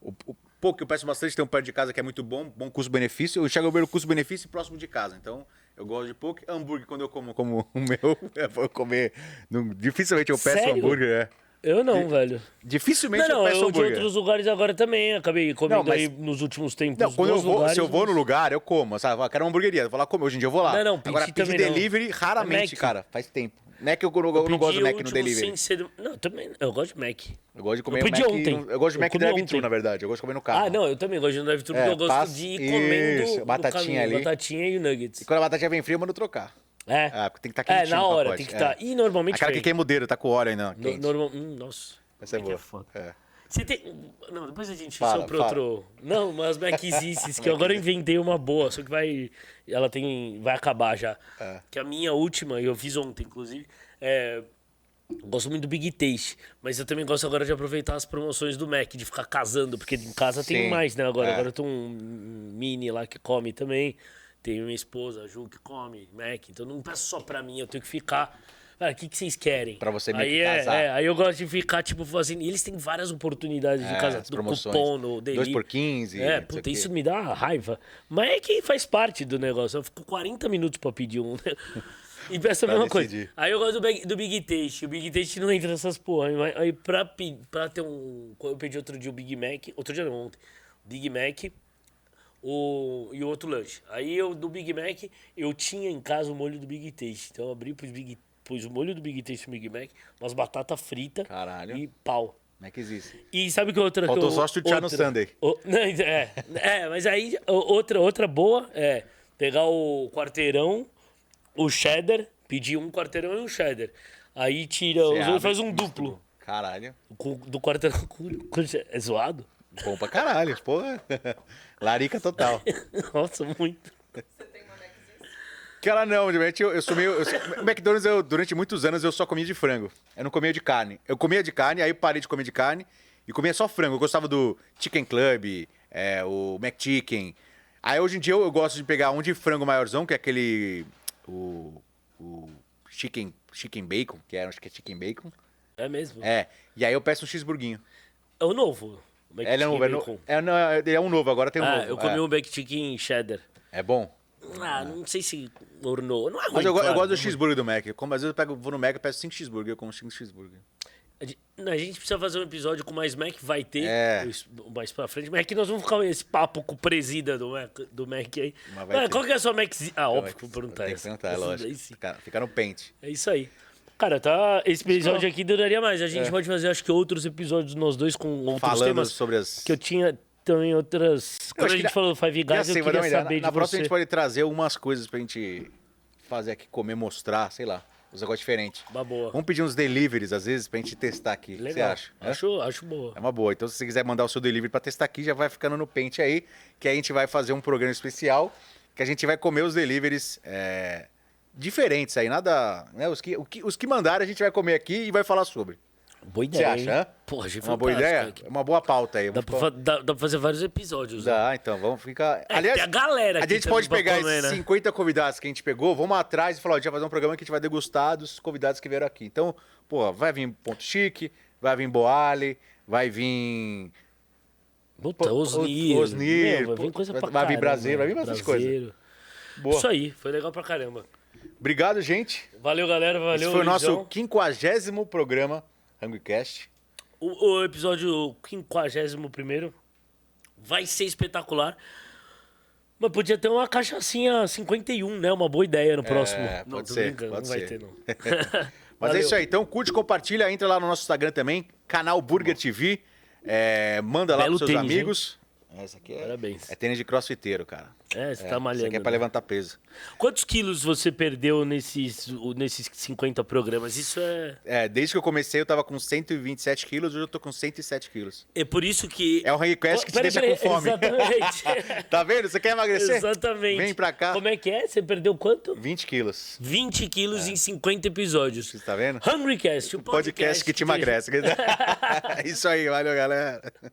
O, o pouco eu peço bastante, tem um perto de casa que é muito bom, bom custo-benefício. Eu chego pelo custo-benefício e próximo de casa. Então, eu gosto de pouco. Hambúrguer, quando eu como, como o meu, [LAUGHS] eu vou comer. não- dificilmente eu peço Sério? hambúrguer, é. Eu não, velho. Dificilmente Não, não, eu peço eu de hambúrguer. outros lugares agora também. Acabei comendo Não, mas- aí nos últimos tempos. Não, quando eu bons vou, lugares, se eu vou no mas- lugar, eu como, sabe? Eu quero uma hamburgueria, eu vou lá comer. Hoje em dia eu vou lá. Não, não, Agora, pedir pedir também não. delivery, raramente, Mac. cara. Faz tempo. Mac eu, eu, eu não Pedi gosto do o Mac no último delivery. sem ser- Não, também. Eu gosto de Mac. Eu gosto de comer pedi Mac. ontem. Eu gosto de Eu Mac comi drive-thru, ontem. na verdade. Eu gosto de comer no carro. Ah, não, eu também gosto de drive thru É, porque eu gosto passa- de ir comendo isso, no batatinha caminho, ali. batatinha e o E nuggets. quando a batata vem fria, eu mando trocar. É. Ah, porque tem que estar É, quentinho. na o hora, pacote, tem que é. estar. E normalmente A cara que vem. quem é modelo, tá com óleo ainda. No- quente. normal... hum, nossa. Essa é Mac boa. é foda. É. Você tem. Não, depois a gente Fala, só para fala. outro. Não, mas [LAUGHS] Maczices, que eu agora inventei uma boa, só que vai. Ela tem. Vai acabar já. É. Que a minha última, eu fiz ontem, inclusive. É. eu Gosto muito do Big Taste, mas eu também gosto agora de aproveitar as promoções do Mac, de ficar casando, porque em casa Sim, tem mais, né? Agora, é. agora eu tenho um mini lá que come também, tem minha esposa, a Ju, que come Mac, então não peço só pra mim, eu tenho que ficar. Cara, o que, que vocês querem? Pra você meio aí que é, casar. é, aí eu gosto de ficar, tipo, fazendo. E eles têm várias oportunidades de É, casa, as do promoções. cupom, no delivery. Dois por 15, não É, sei puta, o quê. isso me dá raiva. Mas é que faz parte do negócio. Eu fico 40 minutos pra pedir um, né? [LAUGHS] E peço a Pra mesma decidir. coisa. Aí eu gosto do Big, do Big Taste. O Big Taste não entra nessas porra. Aí, Aí pra, pe- pra ter um. Eu pedi outro dia o Big Mac. Outro dia não, ontem. Big Mac o, e outro lanche. Aí eu, do Big Mac, eu tinha em casa o molho do Big Taste. Então eu abri pros Big, pus o molho do Big Taste no Big Mac, umas batata frita Caralho. e pau. Mac existe. E sabe que outra Faltou que eu, só chutear no outra- Sunday. o- [LAUGHS] não, é, é, mas aí o- outra, outra boa é pegar o quarteirão, o cheddar, pedir um quarteirão e um cheddar. Aí tira Você os dois, abre faz e um mistura. duplo Caralho. com- do quarteirão [LAUGHS] com, com, é zoado? [LAUGHS] Bom pra caralho, porra. [LAUGHS] Larica total. Nossa, muito. Você tem uma Maxis? Cara, não, realmente eu, eu sou meio. Eu sou- McDonald's, eu, durante muitos anos, eu só comia de frango. Eu não comia de carne. Eu comia de carne, aí eu parei de comer de carne e comia só frango. Eu gostava do Chicken Club, é, o McChicken. Aí hoje em dia eu, eu gosto de pegar um de frango maiorzão, que é aquele. O. O. Chicken, chicken Bacon, que era, acho que é Chicken Bacon. É mesmo. É, É. E aí eu peço um cheeseburguinho. o novo. o Mac Ele é, um, Chicken é, no- Bacon. é, não, é- ele é um novo, agora tem um Ah, novo. eu comi é. um Mac Chicken cheddar. É bom. Ah, não sei se ornou. Não é ruim, Mas eu, go- eu claro, gosto do não é ruim. cheeseburger do Mac. Eu como, às vezes eu pego, vou no Mac e peço cinco cheeseburger, eu como cinco cheeseburger. A gente- não, A gente precisa fazer um episódio com mais Mac, vai ter É. isso mais pra frente. Mas aqui nós vamos ficar esse papo com o presida do Mac, do Mac aí. Mas vai Ah, ter. qual que é a sua Mac? Ah, óbvio que eu vou perguntar Tem que essa. perguntar, é Essa lógico. daí sim. Fica, fica no pente. É isso aí. Cara, tá, esse episódio aqui duraria mais. A gente pode fazer, acho que, outros episódios nós dois com outros É. Falando temas. sobre as... Que eu tinha também outras... Quando a gente falou Five Guys, eu queria saber assim, Na de próxima a você. gente pode trazer algumas coisas pra gente fazer aqui, comer, mostrar, sei lá. Uns negócios diferentes. Uma boa. Vamos pedir uns deliveries, às vezes, pra gente testar aqui. O que você Legal. acha? Hã? Acho, acho boa. É uma boa. Então, se você quiser mandar o seu delivery pra testar aqui, já vai ficando no pente aí, que a gente vai fazer um programa especial, que a gente vai comer os deliveries é, diferentes aí, nada. Né, os, que, o que, os que mandaram a gente vai comer aqui e vai falar sobre. Boa Você ideia, acha? hein? hã? Porra, achei uma boa fantástico, ideia? É cara. Uma boa pauta aí. Dá Vamos pra, fa- dá, dá pra fazer vários episódios. né? Dá, então, vamos ficar. É, tem a galera a aqui gente também pode pra pegar comer, esses né? 50 convidados que a gente pegou, vamos atrás e falar, ó, a gente vai fazer um programa que a gente vai degustar dos convidados que vieram aqui. Então, pô, vai vir Ponto Chique, vai vir Boale, vai vir. Puta, Pô, Osnir. Osnir, Meu, vai pô, vir coisa vai- pra vai vir caramba, Brasileiro, vai vir bastante coisa. Brasileiro. Boa. Isso aí, foi legal pra caramba. Obrigado, gente. Valeu, galera, valeu, Esse foi o nosso Luizão. 50 programa HungryCast. O, o episódio 51 vai ser espetacular. Mas podia ter uma cachaçinha 51, né? Uma boa ideia no próximo. É, pode não, tô ser, brincando, pode não vai ser. ter, não. [LAUGHS] [LAUGHS] Mas é Valeu. isso aí. Então curte, compartilha, entra lá no nosso Instagram também, canal Burger TV. É, manda lá Belo pros seus tênis, hein? amigos. Essa aqui é, Parabéns. é tênis de crossfiteiro, cara. É, você É, tá Isso malhando. aqui é pra né? levantar peso. Quantos quilos você perdeu nesses, nesses 50 programas? Isso é. É, desde que eu comecei eu tava com 127 quilos, hoje eu tô com 107 quilos. É por isso que. É um request que te Peraí, deixa peraí, com fome. Exatamente. [LAUGHS] tá vendo? Você quer emagrecer? Exatamente. Vem pra cá. Como é que é? Você perdeu quanto? 20 quilos. 20 quilos em 50 episódios. É. Você tá vendo? Hungrycast, o podcast, [LAUGHS] [LAUGHS] Podcast que te emagrece. Isso aí, valeu, galera.